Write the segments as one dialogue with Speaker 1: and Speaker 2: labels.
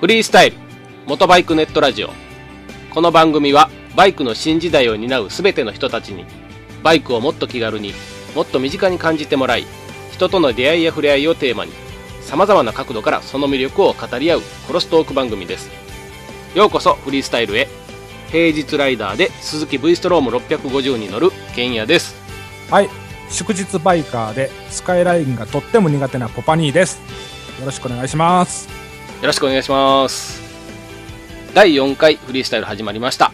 Speaker 1: フリースタイル元バイクネットラジオこの番組はバイクの新時代を担うすべての人たちにバイクをもっと気軽にもっと身近に感じてもらい人との出会いや触れ合いをテーマにさまざまな角度からその魅力を語り合うクロストーク番組ですようこそフリースタイルへ平日ライダーで鈴木 V ストローム650に乗る玄也です
Speaker 2: はい祝日バイカーでスカイラインがとっても苦手なポパニーですよろしくお願いします
Speaker 1: よろしくお願いします第4回フリースタイル始まりました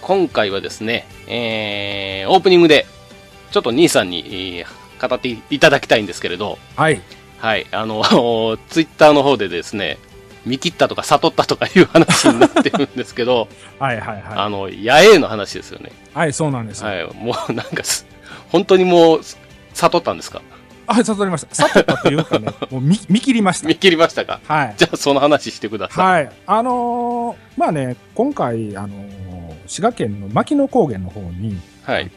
Speaker 1: 今回はですね、えー、オープニングでちょっと兄さんに、えー語っていただきたいんですけれど
Speaker 2: はい
Speaker 1: はいあの ツイッターの方でですね見切ったとか悟ったとかいう話になってるんですけど、
Speaker 2: はいはい は
Speaker 1: あの、やえの話ですよね。
Speaker 2: いはいそうなんですよ、
Speaker 1: はい。もうなんかす、本当にもう、悟ったんですか
Speaker 2: あ悟りました悟ったという かねもう見見切りまし
Speaker 1: 見切りましたか
Speaker 2: たはい
Speaker 1: じゃあ、その話してください。
Speaker 2: はいあのーまあね今回あのー滋賀県の牧野高原の方に
Speaker 1: はい。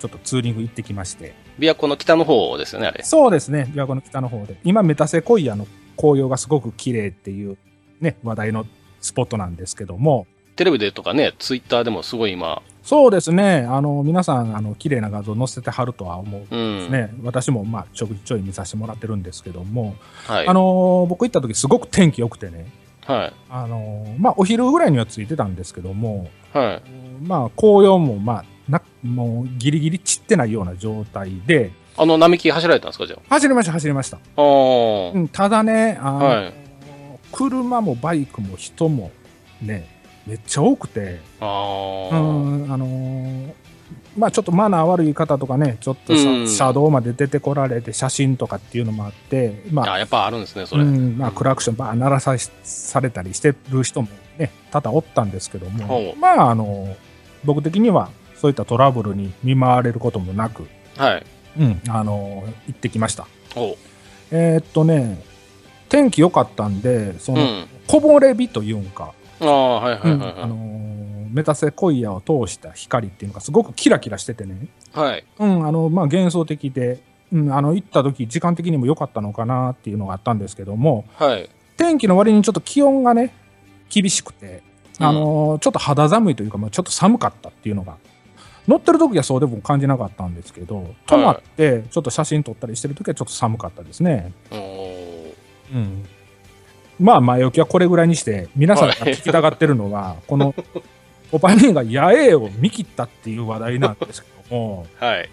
Speaker 2: ちょっとツーリング行ってきまして
Speaker 1: 琵琶湖の北の方ですよね、あれ。
Speaker 2: そうですね琵琶湖の北の方で今メタセコイアの紅葉がすごく綺麗っていうね話題のスポットなんですけども
Speaker 1: テレビでとかね、ツイッターでもすごい今、
Speaker 2: そうですね。あの、皆さん、あの、綺麗な画像載せてはるとは思うん
Speaker 1: う
Speaker 2: です
Speaker 1: ん。
Speaker 2: ね。私も、まあ、ちょいちょい見させてもらってるんですけども、
Speaker 1: はい。
Speaker 2: あのー、僕行った時すごく天気良くてね、
Speaker 1: は
Speaker 2: あのー、まあ、お昼ぐらいには着いてたんですけども、
Speaker 1: い。はい。
Speaker 2: まあ、紅葉も、まあ、な、もう、ギリギリ散ってないような状態で、
Speaker 1: あの、並木走られたんですか、じゃあ。
Speaker 2: 走りました、走りました。
Speaker 1: ああ、
Speaker 2: うん、ただね、あの、
Speaker 1: はい
Speaker 2: 車もバイクも人も、ね、めっちゃ多くて、
Speaker 1: あ
Speaker 2: う
Speaker 1: ー
Speaker 2: ん、あのーまあちょっとマナー悪い方とかね、ちょっとさ
Speaker 1: うん
Speaker 2: 車道まで出てこられて写真とかっていうのもあって、まあ、
Speaker 1: あ。やっぱあるんですね、そうれ。
Speaker 2: ん、まあクラクションばー鳴らさしされたりしてる人もね、多々おったんですけど
Speaker 1: ほ
Speaker 2: も、
Speaker 1: う
Speaker 2: まああのー僕的にはそういったトラブルに見舞われることもなく、
Speaker 1: はい。
Speaker 2: うん、あのー行ってきました。
Speaker 1: おう。
Speaker 2: えーっとね、天気良かったんで、そうの、
Speaker 1: ん。
Speaker 2: こぼれ日というんか、
Speaker 1: ああ、はいは
Speaker 2: う
Speaker 1: い
Speaker 2: ん
Speaker 1: はい
Speaker 2: あ
Speaker 1: は
Speaker 2: のーメタセコイアを通した光っていうのがすごくキラキラしててね、
Speaker 1: い。はい。
Speaker 2: うん、あの、まあ、幻想的で、うん、あの、行った時、時間的にも良かったのかなっていうのがあったんですけども、
Speaker 1: はい。
Speaker 2: 天気の割にちょっと気温がね、厳しくて、あのーちょっと肌寒いというか、まあ、ちょっと寒かったっていうのが、乗ってる時はそうでも感じなかったんですけど、止まって、ちょっと写真撮ったりしてる時はちょっと寒かったですね。
Speaker 1: おー
Speaker 2: うん。まあ、前置きはこれぐらいにして、皆さんが聞きたがってるのは、この、オパニーが野営を見切ったっていう話題なんですけども、
Speaker 1: はい。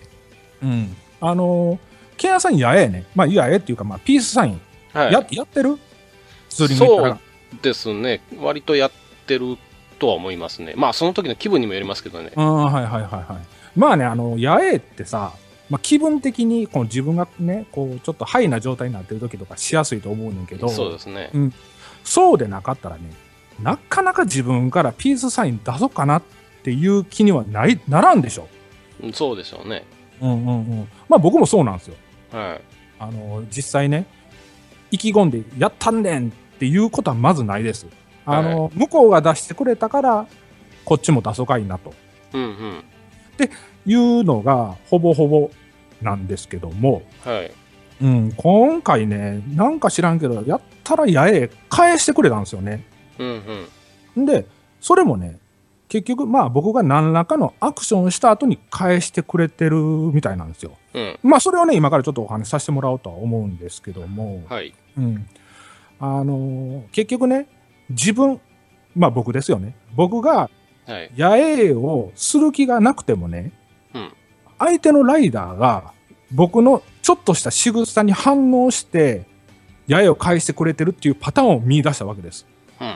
Speaker 2: うん、あのー、ケンヤさん、やえね。まあ、やえっていうか、まあ、ピースサイン、
Speaker 1: はい。
Speaker 2: ややってるツーリング行ったら。
Speaker 1: ですね、割とやってるとは思いますね。まあ、その時の気分にもよりますけどね。
Speaker 2: ああ、はいはいはいはい。まあね、あの、やえってさ、まあ、気分的にこう自分がね、こう、ちょっとハイな状態になってる時とかしやすいと思うねんけど、
Speaker 1: そうですね。
Speaker 2: そうでなかったらね、なかなか自分からピースサイン出そうかなっていう気にはないならんでしょ。
Speaker 1: うんそうでしょうね。
Speaker 2: うんうんうん。まあ、僕もそうなんですよ。
Speaker 1: はい。
Speaker 2: あの実際ね意気込んで「やったんねん!」っていうことはまずないですあの、向こうが出してくれたからこっちも出そうかいなと
Speaker 1: うんうん。
Speaker 2: いうのがほぼほぼなんですけども、
Speaker 1: はい。
Speaker 2: うん、今回ねなんか知らんけどやったらやえ返してくれたんですよね
Speaker 1: うんうん。
Speaker 2: んでそれもね結局まあ僕が何らかのアクションをした後に返してくれてるみたいなんですよ
Speaker 1: うん。
Speaker 2: まあそれをね今からちょっとお話しさせてもらおうとは思うんですけども、
Speaker 1: はい。
Speaker 2: うん、あのー結局ね自分まあ僕ですよね僕が
Speaker 1: はい。
Speaker 2: 野営をする気がなくてもね、
Speaker 1: うん
Speaker 2: 相手のライダーが僕のちょっとした仕草に反応して野営を返してくれてるっていうパターンを見出したわけです
Speaker 1: うん。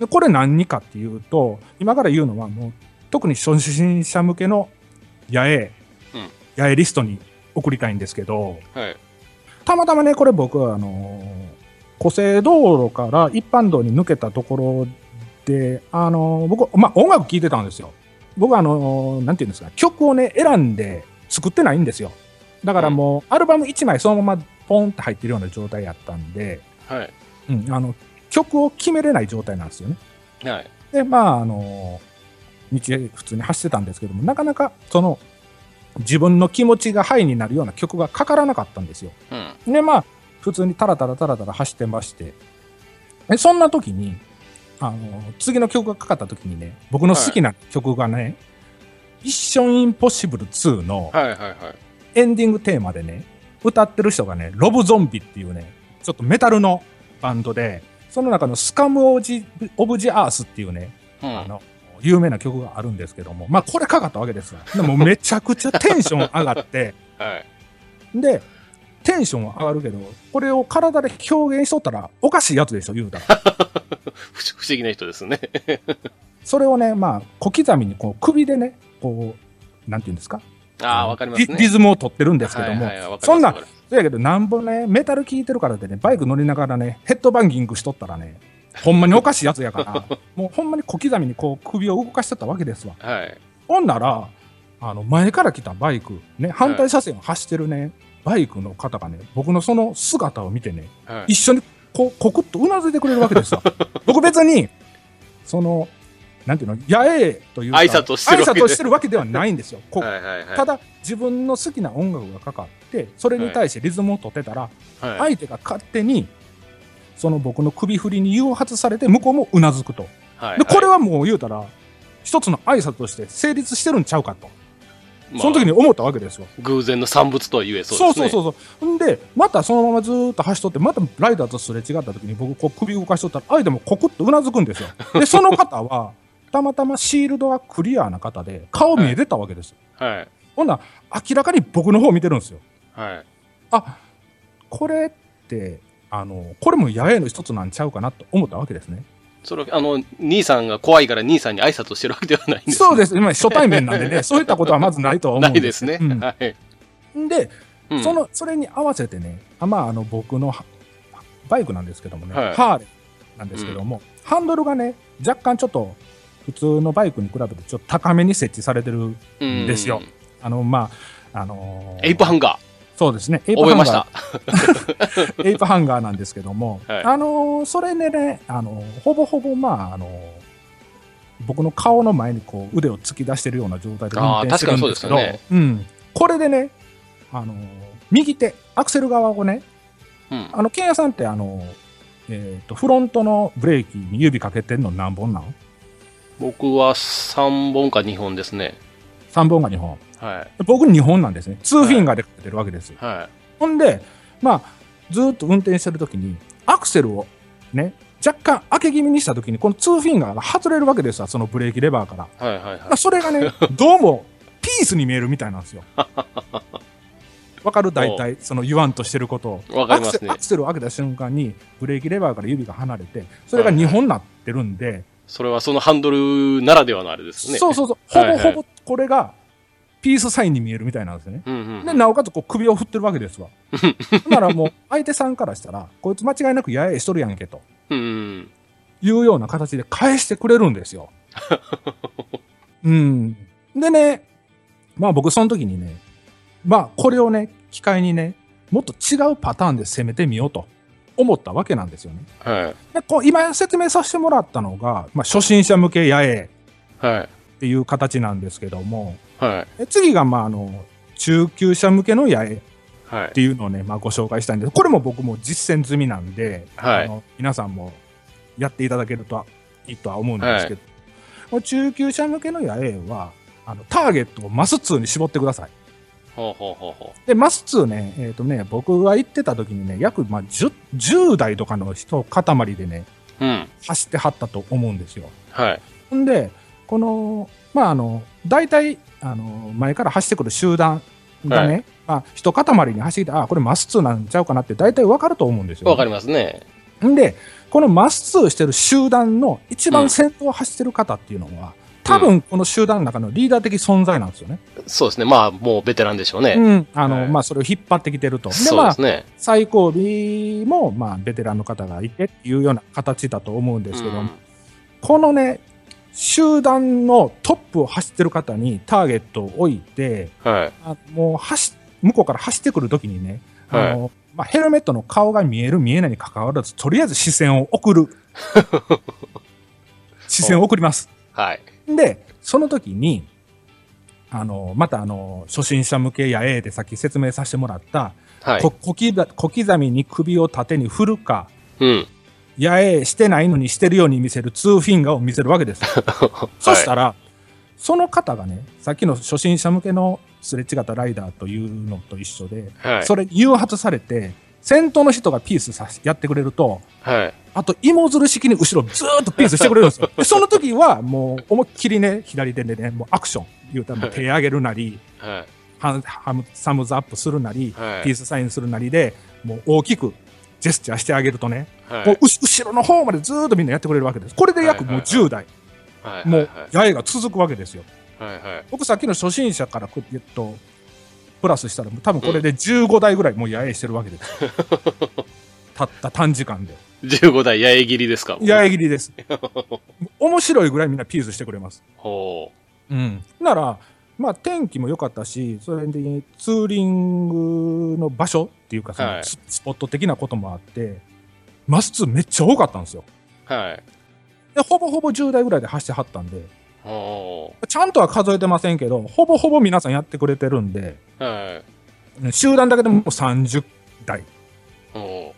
Speaker 2: でこれ何かっていうと今から言うのはもう特に初心者向けの野営、
Speaker 1: うん
Speaker 2: 野営リストに送りたいんですけど
Speaker 1: はい。
Speaker 2: たまたまね、これ僕は、あのー、古生道路から一般道に抜けたところで、あのー僕、まあ、音楽聴いてたんですよ。僕は、あのーなんていうんですか、曲をね、選んで作ってないんですよ。だからもう、アルバム1枚そのままポンって入ってるような状態やったんで、
Speaker 1: はい。
Speaker 2: うん、あの、曲を決めれない状態なんですよね。
Speaker 1: はい。
Speaker 2: で、まあ、あのー道普通に走ってたんですけども、なかなか、その、自分の気持ちがハイになるような曲がかからなかったんですよ。
Speaker 1: うん。
Speaker 2: で、まあ、普通にタラタラタラタラ走ってまして。え、そんな時に、あの、次の曲がかかった時にね、僕の好きな曲がね、ミッションインポッシブル2の
Speaker 1: はいはいはい。
Speaker 2: エンディングテーマでね、歌ってる人がね、ロブゾンビっていうね、ちょっとメタルのバンドで、その中のスカムオブジ・オブジアースっていうね、
Speaker 1: うん
Speaker 2: あの、有名な曲があるんですけども、まあこれかかったわけですよ。でもめちゃくちゃテンション上がって、
Speaker 1: はい。
Speaker 2: で、テンションは上がるけど、これを体で表現しとったらおかしいやつでしょ、言うた ら。
Speaker 1: 不思不思議な人ですね。
Speaker 2: それをね、まあ、小刻みにこう首でね、こう、なんていうんですか
Speaker 1: ああ、わかります
Speaker 2: リ
Speaker 1: ね。
Speaker 2: リズムを取ってるんですけども、
Speaker 1: はいはいわかります
Speaker 2: そんな
Speaker 1: わかります
Speaker 2: そやけど、なんぼね、メタル聴いてるからでね、バイク乗りながらね、ヘッドバンギングしとったらね、ほんまにおかしいやつ やから、もうほんまに小刻みにこう首を動かしとったわけですわ。
Speaker 1: はい。
Speaker 2: ほんなら、あの、前から来たバイク、ね、反対車線を走ってるね、バイクの方がね、僕のその姿を見てね、
Speaker 1: はい。
Speaker 2: 一緒にこうコクッとうなずいてくれるわけで すよ。僕別に、その、なんていうの、やええというか
Speaker 1: 挨拶をしてるわけで
Speaker 2: 挨拶をしてるわけではないんですよ。こう
Speaker 1: はいはいはい。
Speaker 2: ただ、自分の好きな音楽がかかって、それに対してリズムを取ってたら、
Speaker 1: はい、
Speaker 2: 相手が勝手に、その僕の首振りに誘発されて、向こうもうなずくと。
Speaker 1: はい
Speaker 2: で、これはもう言うたら、一つの挨拶として成立してるんちゃうかと。
Speaker 1: まあ
Speaker 2: その時に思ったわけですよ。
Speaker 1: 偶然の産物とは言えそう
Speaker 2: そう
Speaker 1: です
Speaker 2: そう
Speaker 1: ね。う
Speaker 2: そうそう。んで、またそのままずーっと走っとって、またライダーとすれ違った時に僕、こう首動かしとったら、相手もコクッとうなずくんですよ。で、その方は、たまたまシールドがクリアな方で、顔見えてたわけですよ。
Speaker 1: そう。はい。
Speaker 2: ほんなら明らかに僕の方見てるんですよ。
Speaker 1: はい。
Speaker 2: あ、これって、あの、これも野営の一つなんちゃうかなと思ったわけですね。
Speaker 1: それ、あの、兄さんが怖いから兄さんに挨拶をしてるわけではないんです、。
Speaker 2: そうですす。今、初対面なんでね、そういったことはまずないとは思
Speaker 1: な
Speaker 2: うん
Speaker 1: い
Speaker 2: で。
Speaker 1: ですすね。
Speaker 2: うん
Speaker 1: はい。
Speaker 2: で、
Speaker 1: うん
Speaker 2: そ、の、それに合わせてね、あまあ、あの、僕のはバイクなんですけどもね、
Speaker 1: はい
Speaker 2: ハーレーなんですけども、ハンドルがね、若干ちょっと、普通のバイクに比べてちょっと高めに設置されてる、
Speaker 1: うん
Speaker 2: ですよ。あの、まあ、あのー
Speaker 1: エイプハンガ
Speaker 2: そうですね、エ
Speaker 1: ー、
Speaker 2: イプ
Speaker 1: 覚え
Speaker 2: ハン
Speaker 1: ま
Speaker 2: ガ
Speaker 1: した
Speaker 2: ー、。エイプハンガーなんですけども、
Speaker 1: はい
Speaker 2: あのーそれでね、あのーほぼほぼ、まあ、あのー僕の顔の前にこう腕を突き出してるような状態で運
Speaker 1: あー
Speaker 2: 転してるんですけど、
Speaker 1: 確かに
Speaker 2: うん、これでね、あのー右手、アクセル側をね、
Speaker 1: うん。
Speaker 2: あの、ケンヤさんって、あの、えっ、と、フロントのブレーキに指かけてんの何本なん
Speaker 1: 僕は3本か2本ですね。
Speaker 2: ?3 本が2本。
Speaker 1: はい。
Speaker 2: 僕2本なんですね。2フィンガーでかけてるわけですよ。
Speaker 1: は
Speaker 2: ほんで、まあ、ずーっと運転してるときに、アクセルをね、若干開け気味にしたときに、この2フィンガーが外れるわけですよ、そのブレーキレバーから。
Speaker 1: い。はいはい
Speaker 2: まあ
Speaker 1: は
Speaker 2: それが ね、どうも、ピースに見えるみたいなんですよ。わかる大体、その言わんとしてることを。
Speaker 1: い。わかりますね
Speaker 2: アクセルア。クセルを開けた瞬間にブレーキレバーから指が離れてそれが2本になってるんで、
Speaker 1: それはそのハンドルならではのあれですね。
Speaker 2: そうそうそうほ
Speaker 1: はいは
Speaker 2: ぼ
Speaker 1: い
Speaker 2: ほぼこれがピースサインに見えるみたいなんですよね。
Speaker 1: う。うんうん。
Speaker 2: でなおかつこう首を振ってるわけで すわ。ほんならもう相手さんからしたらこいつ間違いなくやええしとるやんけと
Speaker 1: うんうん。
Speaker 2: いうような形で返してくれるんで すよ。うん、でねまあ僕その時にねまあこれをね機会にねもっと違うパターンで攻めてみようと思ったわけなんですよね。
Speaker 1: はい。
Speaker 2: でこう今説明させてもらったのが、まあ、初心者向け野営
Speaker 1: はい。
Speaker 2: っていう形なんですけども
Speaker 1: はい。
Speaker 2: え次がまああの中級者向けの野営っ
Speaker 1: はい
Speaker 2: て。いうのをね、まあ、ご紹介したいんですこれも僕も実践済みなんで、
Speaker 1: はい
Speaker 2: あの皆さんもやっていただけるといいとは思うんですけど、この中級者向けの野営はあのターゲットをマス2に絞ってください。
Speaker 1: ほうほうほうほ
Speaker 2: で、マス2ね、えっ、とね、僕が行ってた時にね、約まあ 10, 10台とかの人塊でね、
Speaker 1: う。うん。
Speaker 2: 走ってはったと思うんですよ。
Speaker 1: はい。
Speaker 2: ほんで、この、まあ、あの、大体、あの、前から走ってくる集団がね、
Speaker 1: は
Speaker 2: まあ、一塊に走って、あ、これマス2なんちゃうかなって大体わかると思うんですよ。
Speaker 1: わかりますね。
Speaker 2: んで、このマス2してる集団の一番先頭を走ってる方っていうのは、多分この集団の中のリーダー的存在なんですよね。
Speaker 1: そうですね。まあ、もうベテランでしょう
Speaker 2: う
Speaker 1: ね。
Speaker 2: ん。あ
Speaker 1: は
Speaker 2: の、
Speaker 1: い
Speaker 2: まあ、それを引っ張ってきてると。で、
Speaker 1: そう
Speaker 2: ま
Speaker 1: で
Speaker 2: あ
Speaker 1: す、ね。
Speaker 2: 最後尾も、まあ、ベテランの方がいてっていうような形だと思うんですけども、
Speaker 1: うん
Speaker 2: このね、集団のトップを走ってる方にターゲットを置いて、
Speaker 1: はい。
Speaker 2: あもう走、向こうから走ってくるときにね、
Speaker 1: はい
Speaker 2: あのまあ、ヘルメットの顔が見える見えないに関わらず、とりあえず視線を 送る。視線を送ります。
Speaker 1: はい。
Speaker 2: で、その時に、あの、またあの、初心者向けや A でさっき説明させてもらった、
Speaker 1: はい
Speaker 2: こ。小刻小刻みに首を縦に振るか、
Speaker 1: うん。
Speaker 2: やえ、してないのにしてるように見せるツーフィンガーを見せるわけ ですよ。そしたら、その方がね、さっきの初心者向けのすれ違ったライダーというのと一緒で、
Speaker 1: はい
Speaker 2: それに誘発されて、先頭の人がピースさしやってくれると、
Speaker 1: はい
Speaker 2: あと、芋づる式に後ろずーっとピースしてくれる んですよ。でその時は、もう、思いっきりね、左手でね、もうアクション、言うたらもう手上げるなり、
Speaker 1: はい
Speaker 2: ハンハムサムズアップするなり、
Speaker 1: はい
Speaker 2: ピースサインするなりで、もう大きくジェスチャーしてあげるとね、
Speaker 1: はい
Speaker 2: もううし後ろの方までずーっとみんなやってくれるわけです。これで約もう
Speaker 1: はいはいは
Speaker 2: 10台、
Speaker 1: はい
Speaker 2: も
Speaker 1: は
Speaker 2: う
Speaker 1: いはい
Speaker 2: 八重が続くわけですよ。
Speaker 1: はいはい
Speaker 2: 僕さっきの初心者からく、えっと、プラスしたら、多分これで15台ぐらいもう八重してるわけです。 たった短時間で。
Speaker 1: 15代八重切りですか
Speaker 2: 八重切りです。面白いぐらいみんなピースしてくれます。
Speaker 1: ほ
Speaker 2: うん、なら、まあ、天気も良かったし、それでツーリングの場所っていうかその
Speaker 1: はい
Speaker 2: ス、スポット的なこともあって、マスツーめっちゃ多かったんですよ。
Speaker 1: うはい
Speaker 2: でほぼほぼ10台ぐらいで走ってはったんで、
Speaker 1: ほ
Speaker 2: ちゃんとは数えてませんけど、ほぼほぼ皆さんやってくれてるんで、
Speaker 1: うはい
Speaker 2: 集団だけでも30台、
Speaker 1: ほ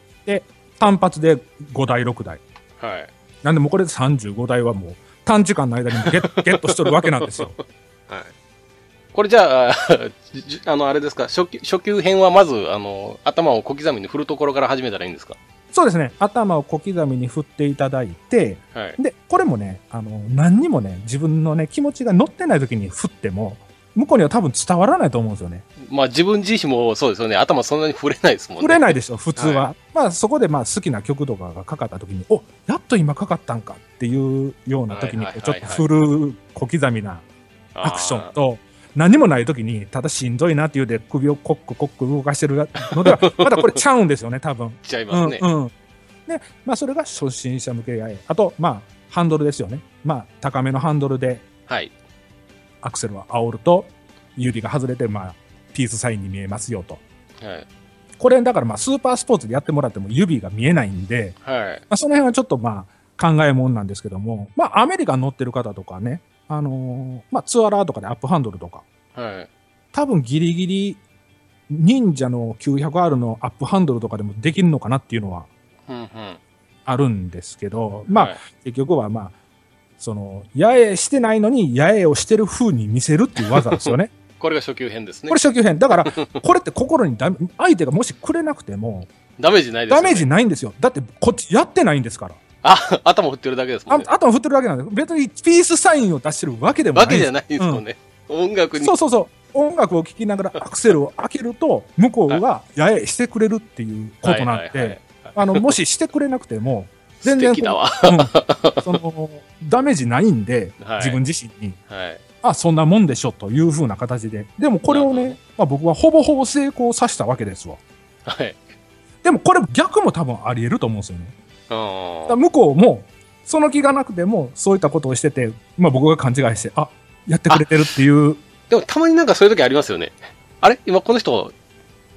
Speaker 2: 単発で5台、6台。
Speaker 1: うはい
Speaker 2: なんでもうこれで35台はもう短時間の間にもゲッ ゲットしとるわけなんですよ。
Speaker 1: はい。これじゃあ、 じじあの、あれですか、初級初級編はまず、あの、頭を小刻みに振るところから始めたらいいんですか
Speaker 2: そうですね、頭を小刻みに振っていただいて、
Speaker 1: はい。
Speaker 2: で、これもね、あの、何にもね、自分のね、気持ちが乗ってない時に振っても、向こうには多分伝わらないと思うんですよね。
Speaker 1: まあ自分自身もそうですよね、頭そんなに振れないですもんね。
Speaker 2: 振れ
Speaker 1: い。
Speaker 2: ないでしょ、普通は。まあ、そこでまあ、好きな曲とかがかかった時に、おやっと今かかったんかっていうような時に、
Speaker 1: はいは
Speaker 2: こう
Speaker 1: い
Speaker 2: ちょ
Speaker 1: は
Speaker 2: っ
Speaker 1: いはい
Speaker 2: と振る小刻みなアクション。と、何もない時に、ただしんどいなっていうで、首をコックコック動かしてるの では、まだこれちゃうんですよね、多分。
Speaker 1: ちゃいますね。
Speaker 2: うんうん、で、まあ、それが初心者向けやえ。あと、まあ、ハンドルですよね。まあ、高めのハンドルで、
Speaker 1: はい。
Speaker 2: アクセルは煽ると、指が外れて、まあ、ピースサインに見えますよと。
Speaker 1: はい。
Speaker 2: これ、だからまあ、スーパースポーツでやってもらっても指が見えないんで、
Speaker 1: はい。
Speaker 2: まあ、その辺はちょっとまあ、考えもんなんですけども、まあ、アメリカに乗ってる方とかね、あのーまあ、ツアラーとかでアップハンドルとか、
Speaker 1: はい。
Speaker 2: 多分ギリギリ、忍者の 900R のアップハンドルとかでもできるのかなっていうのは
Speaker 1: うんうん。
Speaker 2: あるんですけど、まあ、
Speaker 1: はい
Speaker 2: 結局はまあ、その、八重してないのに八重をしてる風に見せるっていう技ですよ ね。
Speaker 1: これが初級編ですね
Speaker 2: これ。初級編。だから、これって心にダメ、相手がもしくれなくても、
Speaker 1: ダメージないです
Speaker 2: ダ
Speaker 1: よ、ね。
Speaker 2: メージないんですよ。だって、こっちやってないんですから。
Speaker 1: あ、頭振ってるだけですも
Speaker 2: あ
Speaker 1: んね。
Speaker 2: 頭振ってるわけなんです。別にピースサインを出してるわけでもな
Speaker 1: わ
Speaker 2: いんで
Speaker 1: け
Speaker 2: す。
Speaker 1: じゃないですもんね。音楽に
Speaker 2: そう。そうそう。音楽を聴きながら アクセルを開けると、向こうがやえしてくれるっていうことなん
Speaker 1: はいはいはい
Speaker 2: で、あの、もししてくれなくても、
Speaker 1: 素
Speaker 2: 全然
Speaker 1: 敵だわ。
Speaker 2: うんその、ダメージないんで、
Speaker 1: はい
Speaker 2: 自分自身に。
Speaker 1: はい。
Speaker 2: あ、そんなもんでしょというふうな形で。でもこれを
Speaker 1: なるほ
Speaker 2: ね、まあ、僕はほぼほぼ成功させたわけですわ。
Speaker 1: はい。
Speaker 2: でもこれ逆も多分あり得ると思うんですよね。だか
Speaker 1: あ
Speaker 2: ら向こうも、その気がなくても、そういったことをしてて、まあ僕が勘違いして、あ、やってくれてるっていう。
Speaker 1: でもたまになんかそういう時ありますよね。あれ今この人、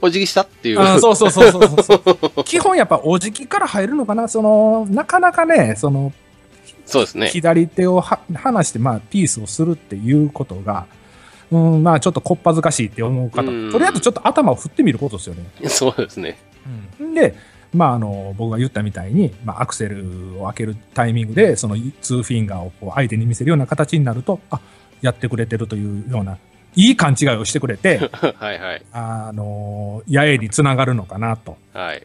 Speaker 1: お辞儀したっていう。
Speaker 2: あそうそうそうそうそう そう。基本やっぱお辞儀から入るのかなその、なかなかね、その、
Speaker 1: そうですね。
Speaker 2: 左手をは離して、まあ、ピースをするっていうことが、うん、まあ、ちょっとこっぱずかしいって思う方、
Speaker 1: うん
Speaker 2: とりあえずちょっと頭を振ってみることですよね。
Speaker 1: そうですね。、
Speaker 2: で、まあ、あの、僕が言ったみたいに、まあ、アクセルを開けるタイミングで、そのツーフィンガーをこう相手に見せるような形になると、あ、やってくれてるというような、いい勘違いをしてくれて
Speaker 1: はいはい。
Speaker 2: あの、八重につながるのかなと。
Speaker 1: はい。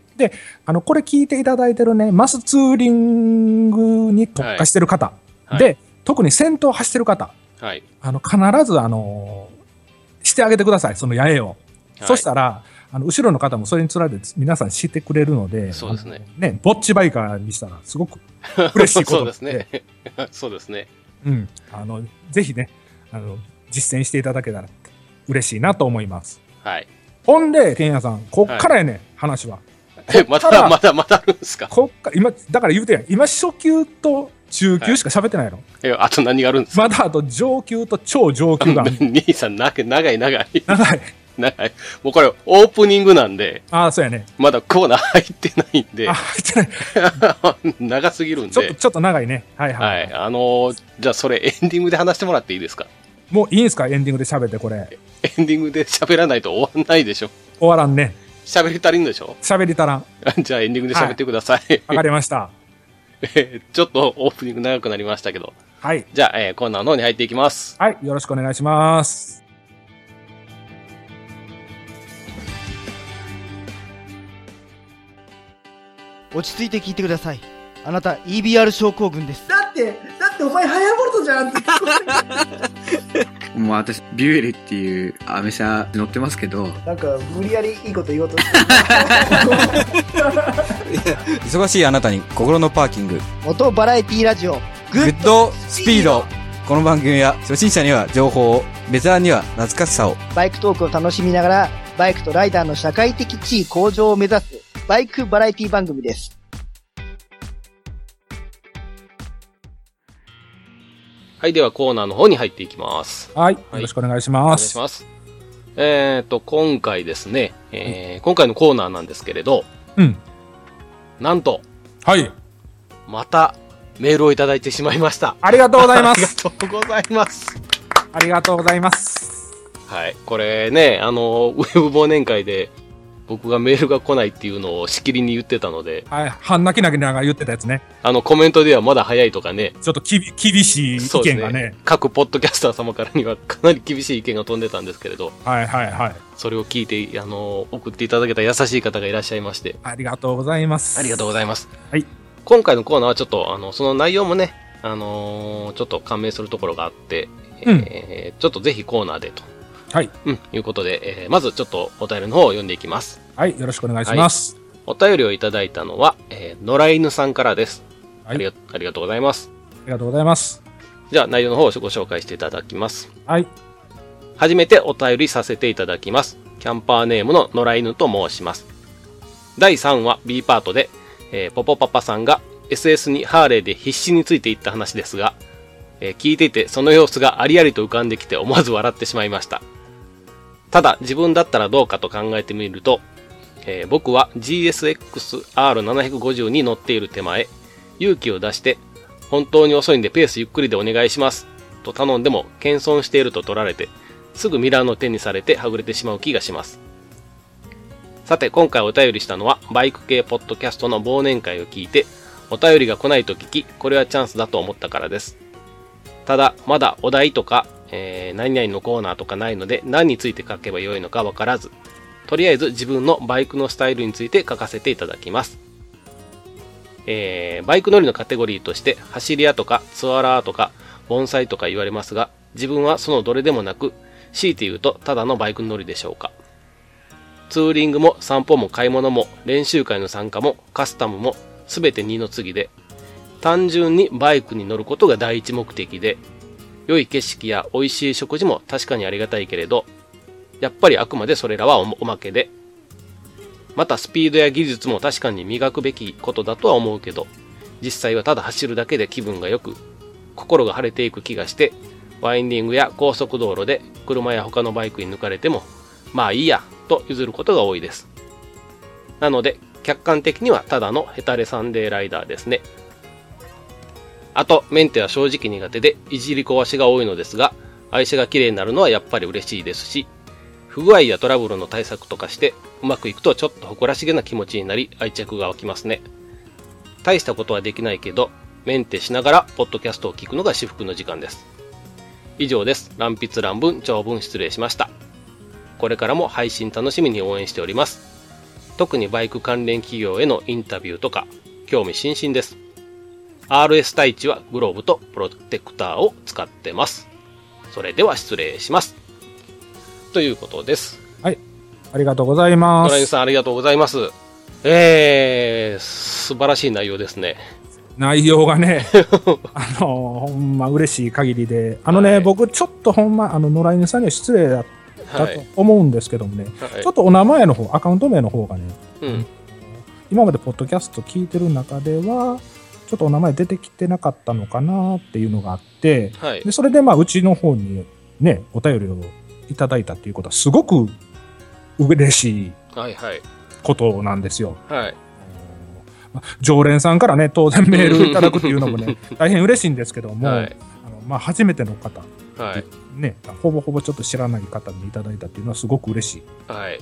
Speaker 2: あの、これ聞いていただいてるね、マスツーリングに特化してる方、
Speaker 1: はい
Speaker 2: で、特に先頭走ってる方、
Speaker 1: はい。
Speaker 2: あの、必ず、あの、してあげてください、その八重を。そしたら、あの後ろの方もそれにつられて皆さん知ってくれるので、
Speaker 1: そうですね
Speaker 2: あのね、ぼっちバイカーにしたら すごく嬉しいこと
Speaker 1: そう
Speaker 2: な
Speaker 1: で
Speaker 2: の
Speaker 1: すね。 そうですね。
Speaker 2: うん、あのぜひねあの、実践していただけたら嬉しいなと思います。
Speaker 1: はい。
Speaker 2: ほんで、けんやさん、こっからやね、話は。
Speaker 1: え、ま
Speaker 2: ただ
Speaker 1: た、また、またあるんですか
Speaker 2: こっから、今、だから言うてやん、今、初級と中級しか喋ってないの。
Speaker 1: え、あと何があるんですか
Speaker 2: まだあと上級と超上級がある
Speaker 1: 兄さん、な長い長い。
Speaker 2: 長い。
Speaker 1: 長い。もうこれ、オープニングなんで、
Speaker 2: ああ、そうやね。
Speaker 1: まだコーナー入ってないんで
Speaker 2: あ、、入ってない。
Speaker 1: 長すぎるん
Speaker 2: ちょっと、
Speaker 1: で。
Speaker 2: ちょっと長いね。はいはい。
Speaker 1: はい。あのーじゃあそれエンディングで話してもらっていいですか
Speaker 2: もういいんすか、エンディングで喋って、これ。
Speaker 1: エンディングで喋らないと終わんないでしょ
Speaker 2: 終わらんね。
Speaker 1: 喋り足りんでしょ
Speaker 2: 喋り足らん。
Speaker 1: じゃあエンディングで喋ってください。
Speaker 2: わかりました。
Speaker 1: えーちょっとオープニング長くなりましたけど。
Speaker 2: はい。
Speaker 1: じゃあ、えーコーナーの方に入っていきます。
Speaker 2: はい。よろしくお願いします。
Speaker 3: 落ち着いて聞いてくださいあなた EBR 症候群です
Speaker 4: だって、だってお前ハヤボルトじゃんって。
Speaker 5: もう私、ビュエルっていうアメ車乗ってますけど、
Speaker 4: なんか、無理やりいいこと言おうとして
Speaker 6: 忙しいあなたに心のパーキング
Speaker 3: 元バラエティラジオグ
Speaker 6: グ
Speaker 3: ッ
Speaker 6: ッドスピードこの番組は初心者には情報をベテランには懐かしさを
Speaker 3: バイクトークを楽しみながらバイクとライダーの社会的地位向上を目指すバイクバラエティ番組です
Speaker 1: はい、ではコーナーの方に入っていきます。
Speaker 2: はい。
Speaker 1: い
Speaker 2: よろしくお願いし
Speaker 1: お願
Speaker 2: ま
Speaker 1: いし
Speaker 2: す。
Speaker 1: ます。えっ、と、今回ですね、えー今回のコーナーなんですけれど、
Speaker 2: うん。
Speaker 1: なんと、
Speaker 2: はい。
Speaker 1: またメールをいただいてしまいました。
Speaker 2: ありがとうございま
Speaker 1: ありが
Speaker 2: す。
Speaker 1: とうございます。
Speaker 2: ありがとうございます。
Speaker 1: はい。これね、あの、ウェブ忘年会で、僕がメールが来ないっていうのをしきりに言ってたので、
Speaker 2: はい。半泣き泣きながら言ってたやつね。
Speaker 1: あの、コメントではまだ早いとかね、
Speaker 2: ちょっときび厳しい意
Speaker 1: そうです
Speaker 2: 見
Speaker 1: ね
Speaker 2: がね。
Speaker 1: 各ポッドキャスター様からにはかなり厳しい意見が飛んでたんですけれど、
Speaker 2: はいはいはい。
Speaker 1: それを聞いて、あの、送っていただけた優しい方がいらっしゃいまして、
Speaker 2: ありがとうございます。
Speaker 1: ありがとうございます。
Speaker 2: はい。
Speaker 1: 今回のコーナーはちょっと、あの、その内容もね、あのーちょっと感銘するところがあって、
Speaker 2: うん
Speaker 1: えーちょっとぜひコーナーでと、
Speaker 2: はい。
Speaker 1: うん、いうことで、えーまずちょっとお便りの方を読んでいきます。
Speaker 2: はい。よろしくお願いします。
Speaker 1: お便りをいただいたのは、えー野良犬さんからです。
Speaker 2: はい
Speaker 1: ありがありがとうございます。
Speaker 2: ありがとうございます。
Speaker 1: じゃあ内容の方をご紹介していただきます。
Speaker 2: はい。
Speaker 1: 初めてお便りさせていただきます。キャンパーネームの野良犬と申します。第3話 B パートで、えーポポパパさんが SS にハーレーで必死についていった話ですが、えー聞いていてその様子がありありと浮かんできて思わず笑ってしまいました。ただ自分だったらどうかと考えてみると、えー僕は GSXR750 に乗っている手前、勇気を出して、本当に遅いんでペースゆっくりでお願いします、と頼んでも謙遜していると取られて、すぐミラーの手にされてはぐれてしまう気がします。さて、今回お便りしたのは、バイク系ポッドキャストの忘年会を聞いて、お便りが来ないと聞き、これはチャンスだと思ったからです。ただ、まだお題とか、えー何々のコーナーとかないので、何について書けばよいのかわからず、とりあえず自分のバイクのスタイルについて書かせていただきます。えーバイク乗りのカテゴリーとして、走り屋とか、ツアラーとか、盆栽とか言われますが、自分はそのどれでもなく、強いて言うとただのバイク乗りでしょうか。ツーリングも散歩も買い物も練習会の参加もカスタムも全て二の次で、単純にバイクに乗ることが第一目的で、良い景色や美味しい食事も確かにありがたいけれど、やっぱりあくまでそれらはおおまけで、またスピードや技術も確かに磨くべきことだとは思うけど、実際はただ走るだけで気分が良く、心が晴れていく気がして、ワインディングや高速道路で車や他のバイクに抜かれても、まあいいや、と譲ることが多いです。なので、客観的にはただのヘタレサンデーライダーですね。あと、メンテは正直苦手で、いじり壊しが多いのですが、愛車が綺麗になるのはやっぱり嬉しいですし、不具合やトラブルの対策とかして、うまくいくとちょっと誇らしげな気持ちになり、愛着が湧きますね。大したことはできないけど、メンテしながら、ポッドキャストを聞くのが至福の時間です。以上です。乱筆乱文、長文失礼しました。これからも配信楽しみに応援しております。特にバイク関連企業へのインタビューとか、興味津々です。RS 対地はグローブとプロテクターを使ってます。それでは失礼します。ということです。
Speaker 2: ありがとうございま
Speaker 1: トライン
Speaker 2: す。
Speaker 1: さんありがとうございます。えー、素晴らしい内容ですね。
Speaker 2: 内容が ね、あの、ほんま嬉しい限りで、あのね、
Speaker 1: はい
Speaker 2: 僕ちょっとほんま、あの、野良犬さんには失礼だった
Speaker 1: はい
Speaker 2: と。思うんですけどもね、
Speaker 1: はい
Speaker 2: ちょっとお名前の方、アカウント名の方がね、
Speaker 1: うん。
Speaker 2: 今までポッドキャスト聞いてる中では、ちょっとお名前出てきてなかったのかなっていうのがあって、
Speaker 1: はい
Speaker 2: で、。それでまあ、うちの方にね、お便りをいただいたっていうことは、すごく嬉しい
Speaker 1: はいはい。
Speaker 2: ことなんですよ。
Speaker 1: はい。
Speaker 2: まあ常連さんからね、当然メールいただくというの もね、大変嬉しいんですけども、
Speaker 1: はい。
Speaker 2: あのまあ、初めての方、
Speaker 1: はい。
Speaker 2: ね、ほぼほぼちょっと知らない方にいただいたっていうのはすごく嬉しい。
Speaker 1: はい。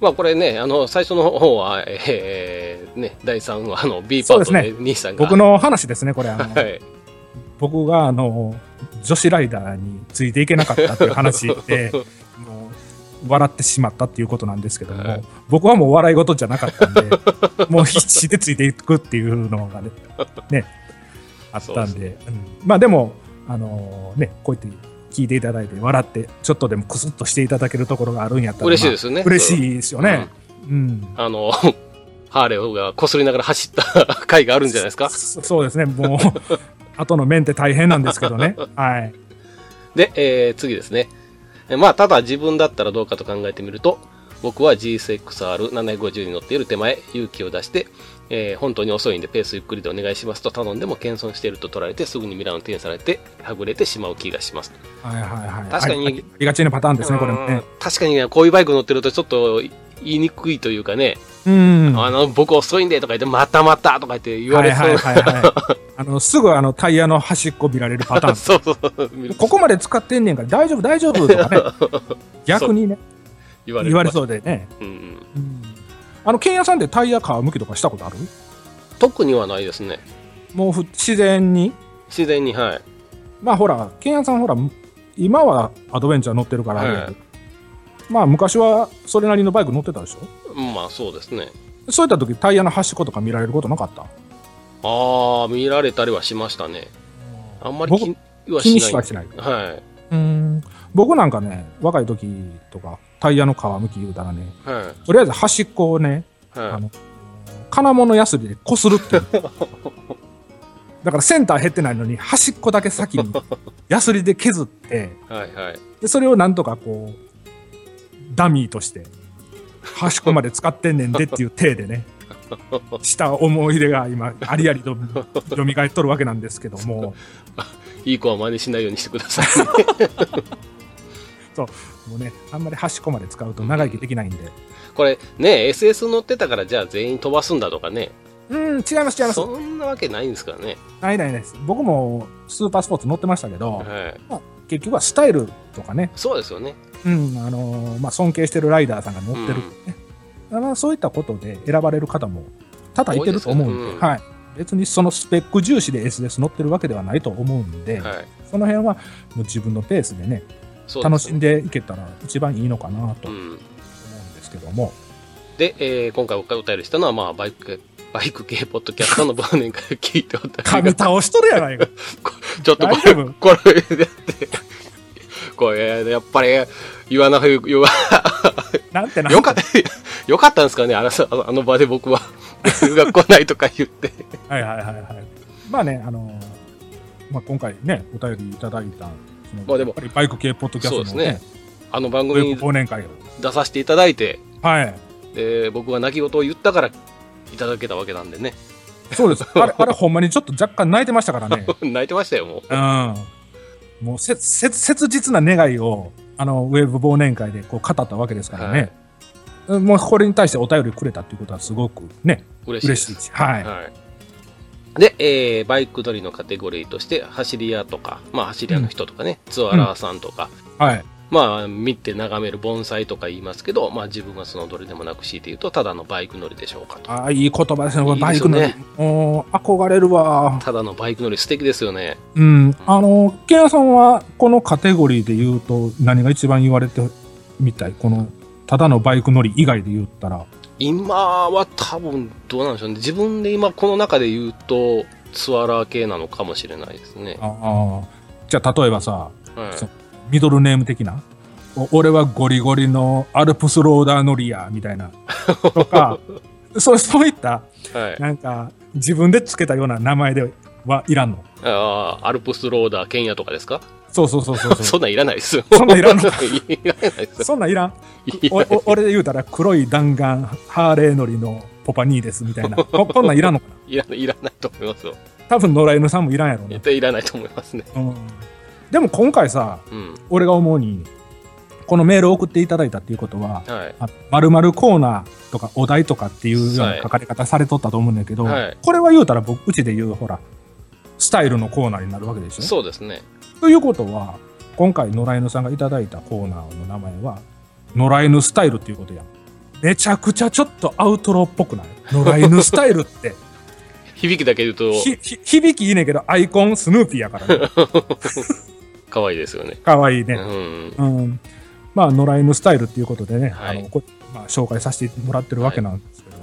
Speaker 1: まあこれね、あの、最初の方は、えー、ね、第3話の B パート
Speaker 2: そう
Speaker 1: で、
Speaker 2: で
Speaker 1: 兄さんが。
Speaker 2: 僕の話ですね、これ。あの
Speaker 1: はい。
Speaker 2: 僕があの女子ライダーについていけなかったっていう話 でもう笑ってしまったっていうことなんですけども、
Speaker 1: はい
Speaker 2: 僕はもう笑い事じゃなかったんでもう必死でついていくっていうの がねねあったん
Speaker 1: そう
Speaker 2: でうんまあでもあのねこうやって聞いていただいて笑ってちょっとでもクスッとしていただけるところがあるんやったら、
Speaker 1: 嬉しいですすよね。
Speaker 2: まあ嬉しいですよね、うん
Speaker 1: あの、ハーレーがこすりながら走った 回があるんじゃないですか。
Speaker 2: そそうですねもう 後の面って大変なんですけど ねはい
Speaker 1: で、えー、次ですね。えまあ、ただ自分だったらどうかと考えてみると、僕は GSXR750 に乗っている手前、勇気を出して、えー本当に遅いんでペースゆっくりでお願いしますと頼んでも謙遜していると取られてすぐにミラノに転されてはぐれてしまう気がします。
Speaker 2: はいはいはい。
Speaker 1: 確かに
Speaker 2: ありありがちなパターンですね、これも
Speaker 1: うん
Speaker 2: ね。
Speaker 1: 確かにね、こういうバイク乗ってるとちょっと言いにくいというかね、
Speaker 2: うん。
Speaker 1: あ
Speaker 2: は
Speaker 1: の、僕遅いんでとか言って、またまたとか言って
Speaker 2: い
Speaker 1: 言わ
Speaker 2: はい
Speaker 1: れそう
Speaker 2: は
Speaker 1: な。
Speaker 2: いはい。 あの、すぐあの、タイヤの端っこ見られるパター
Speaker 1: そうそうそう。見る
Speaker 2: ン。ここまで使ってんねんから大丈夫大丈夫と かね。逆にね、
Speaker 1: 言
Speaker 2: 言われ
Speaker 1: う。
Speaker 2: そうでね。
Speaker 1: うんうん
Speaker 2: うんあの、剣屋さんでタイヤ皮むきとかしたことある
Speaker 1: 特にはないですね。
Speaker 2: もうふ自然に。
Speaker 1: 自然に、はい。
Speaker 2: まあほら、剣屋さんほら、今はアドベンチャー乗ってるからあれやけど、まあ昔はそれなりのバイク乗ってたでしょ
Speaker 1: まあそうですね。
Speaker 2: そういった時タイヤの端っことか見られることなかった
Speaker 1: ああ、見られたりはしましたね。あんまり
Speaker 2: 僕
Speaker 1: 気は
Speaker 2: 気
Speaker 1: し
Speaker 2: にし
Speaker 1: な。
Speaker 2: はいしない。
Speaker 1: は
Speaker 2: うん僕なんかね若い時とかタイヤの皮むき言うたらね
Speaker 1: い。は
Speaker 2: とりあえず端っこをね
Speaker 1: い。は
Speaker 2: あ
Speaker 1: い。
Speaker 2: の金物やすりでこするっていう だからセンター減ってないのに端っこだけ先にやすりで削って
Speaker 1: はい。はい。
Speaker 2: でそれをなんとかこうダミーとして端っこまで使ってんねんでっていう体でねした思い入れが今ありありと蘇っとるわけなんですけども。
Speaker 1: いい子は真似しないようにしてください、 ね。
Speaker 2: もうね、あんまり端っこまで使うと長生きできないんで。
Speaker 1: これね、SS 乗ってたからじゃあ全員飛ばすんだとかね。
Speaker 2: うん、違います、違います。
Speaker 1: そんなわけないんですからね。
Speaker 2: ないないないです。僕もスーパースポーツ乗ってましたけど、
Speaker 1: はい。
Speaker 2: 結局はスタイルとかね、
Speaker 1: そうですよね。
Speaker 2: うん、あのーまあ、尊敬してるライダーさんが乗ってる。
Speaker 1: うん
Speaker 2: まあ、そういったことで選ばれる方も多々いてると思うんで、
Speaker 1: 多いですよねうん
Speaker 2: はい。別にそのスペック重視で SS 乗ってるわけではないと思うんで、
Speaker 1: はい。
Speaker 2: その辺はもう自分のペースでね、
Speaker 1: そう
Speaker 2: 楽
Speaker 1: です
Speaker 2: しんでいけたら一番いいのかなと
Speaker 1: う
Speaker 2: 思うん
Speaker 1: ん。
Speaker 2: ですけど も、
Speaker 1: で、えー今回お便りしたのは、まあ、バイク、バイク系ポッドキャストの忘年会を聞いておった
Speaker 2: 噛
Speaker 1: り
Speaker 2: み
Speaker 1: が、
Speaker 2: 倒しとるやないか。
Speaker 1: ちょっとこ
Speaker 2: 大
Speaker 1: れ、
Speaker 2: 丈夫
Speaker 1: これやって、これ、やっぱり、言わなく、言わ、
Speaker 2: なんてな。
Speaker 1: よかった、 よかったんですかね、あのさあの 場で僕は、僕が来ないとか言って。
Speaker 2: はいはいはいはい。まあね、あのーまあ、今回ね、お便りいただいた、その
Speaker 1: まあでも
Speaker 2: やっぱりバイク系ポッドキャスト
Speaker 1: そう
Speaker 2: の、
Speaker 1: で
Speaker 2: ね
Speaker 1: す、あの番
Speaker 2: ウェ
Speaker 1: 組
Speaker 2: ブ
Speaker 1: に
Speaker 2: 忘年会を。
Speaker 1: 出させていただいて、
Speaker 2: はい。
Speaker 1: で僕が泣き言を言ったから、いただけたわけなんでね。
Speaker 2: そうです。あれ、あれほんまにちょっと若干泣いてましたからね。
Speaker 1: 泣いてましたよ、もう。
Speaker 2: うん。もうせ、せ、切実な願いを、あの、ウェブ忘年会でこう語ったわけですからね。うんもうこれに対してお便りくれたっていうことはすごくね、
Speaker 1: 嬉しいで
Speaker 2: 嬉
Speaker 1: す
Speaker 2: しい。し、はい。
Speaker 1: はい。で、えーバイク乗りのカテゴリーとして、走り屋とか、まあ、走り屋の人とかね、ツアラーさんとか、
Speaker 2: はい。
Speaker 1: まあ、見て眺める盆栽とか言いますけど、まあ、自分はそのどれでもなく強いて言うと、ただのバイク乗りでしょうかと。
Speaker 2: ああ、いい言葉ですね。これ
Speaker 1: いい
Speaker 2: バ
Speaker 1: で
Speaker 2: イ
Speaker 1: すよ
Speaker 2: クの、
Speaker 1: ね
Speaker 2: おー憧れるわ。
Speaker 1: ただのバイク乗り素敵ですよね。
Speaker 2: うん、あの、ケンヤさんは、このカテゴリーで言うと、何が一番言われてみたいこの、ただのバイク乗り以外で言ったら。
Speaker 1: 今は多分、どうなんでしょうね。自分で今この中で言うと、ツアラー系なのかもしれないですね。
Speaker 2: ああじゃあ、例えばさ、
Speaker 1: はい
Speaker 2: そうミドルネーム的な。お俺はゴリゴリのアルプスローダー乗りや、みたいな。とか、 そう、そういった、
Speaker 1: はい。
Speaker 2: なんか、自分でつけたような名前ではいらんの。
Speaker 1: あーアルプスローダー、ケンヤとかですか
Speaker 2: そうそうそうそうそう。
Speaker 1: そんなんいらないですよ。
Speaker 2: そんなんいらんの
Speaker 1: いらないですよ。
Speaker 2: そんなんいらん。
Speaker 1: い
Speaker 2: おお俺で言うたら、黒い弾丸、ハーレー乗りのポパニーです、みたいな。ここんなんいらんのかな。
Speaker 1: いらないいらないと思いますよ。
Speaker 2: 多分野良犬さんもいらんやろうね
Speaker 1: 絶、対いらないと思いますね。
Speaker 2: うん、でも今回さ
Speaker 1: うん。
Speaker 2: 俺が思うにこのメールを送っていただいたっていうことは
Speaker 1: はい。
Speaker 2: 「まるコーナー」とか「お題」とかっていうような書かれ方されとったと思うんだけど、
Speaker 1: はい
Speaker 2: これは言うたら僕うちで言うほらスタイルのコーナーになるわけでしょ
Speaker 1: そうですね。
Speaker 2: ということは今回野良犬さんがいただいたコーナーの名前は「野良犬スタイル」っていうことやんめちゃくちゃちょっとアウトローっぽくない野良犬スタイ ルって。
Speaker 1: 響きだけ言うと
Speaker 2: ひ、ひ響きいいねんけど、アイコンスヌーピーやから ね。
Speaker 1: 可愛いですよね。
Speaker 2: かわいいね。
Speaker 1: うん。
Speaker 2: うん、まあ野良犬スタイルっていうことでね、
Speaker 1: はい
Speaker 2: あのこまあ、紹介させてもらってるわけなんですけども、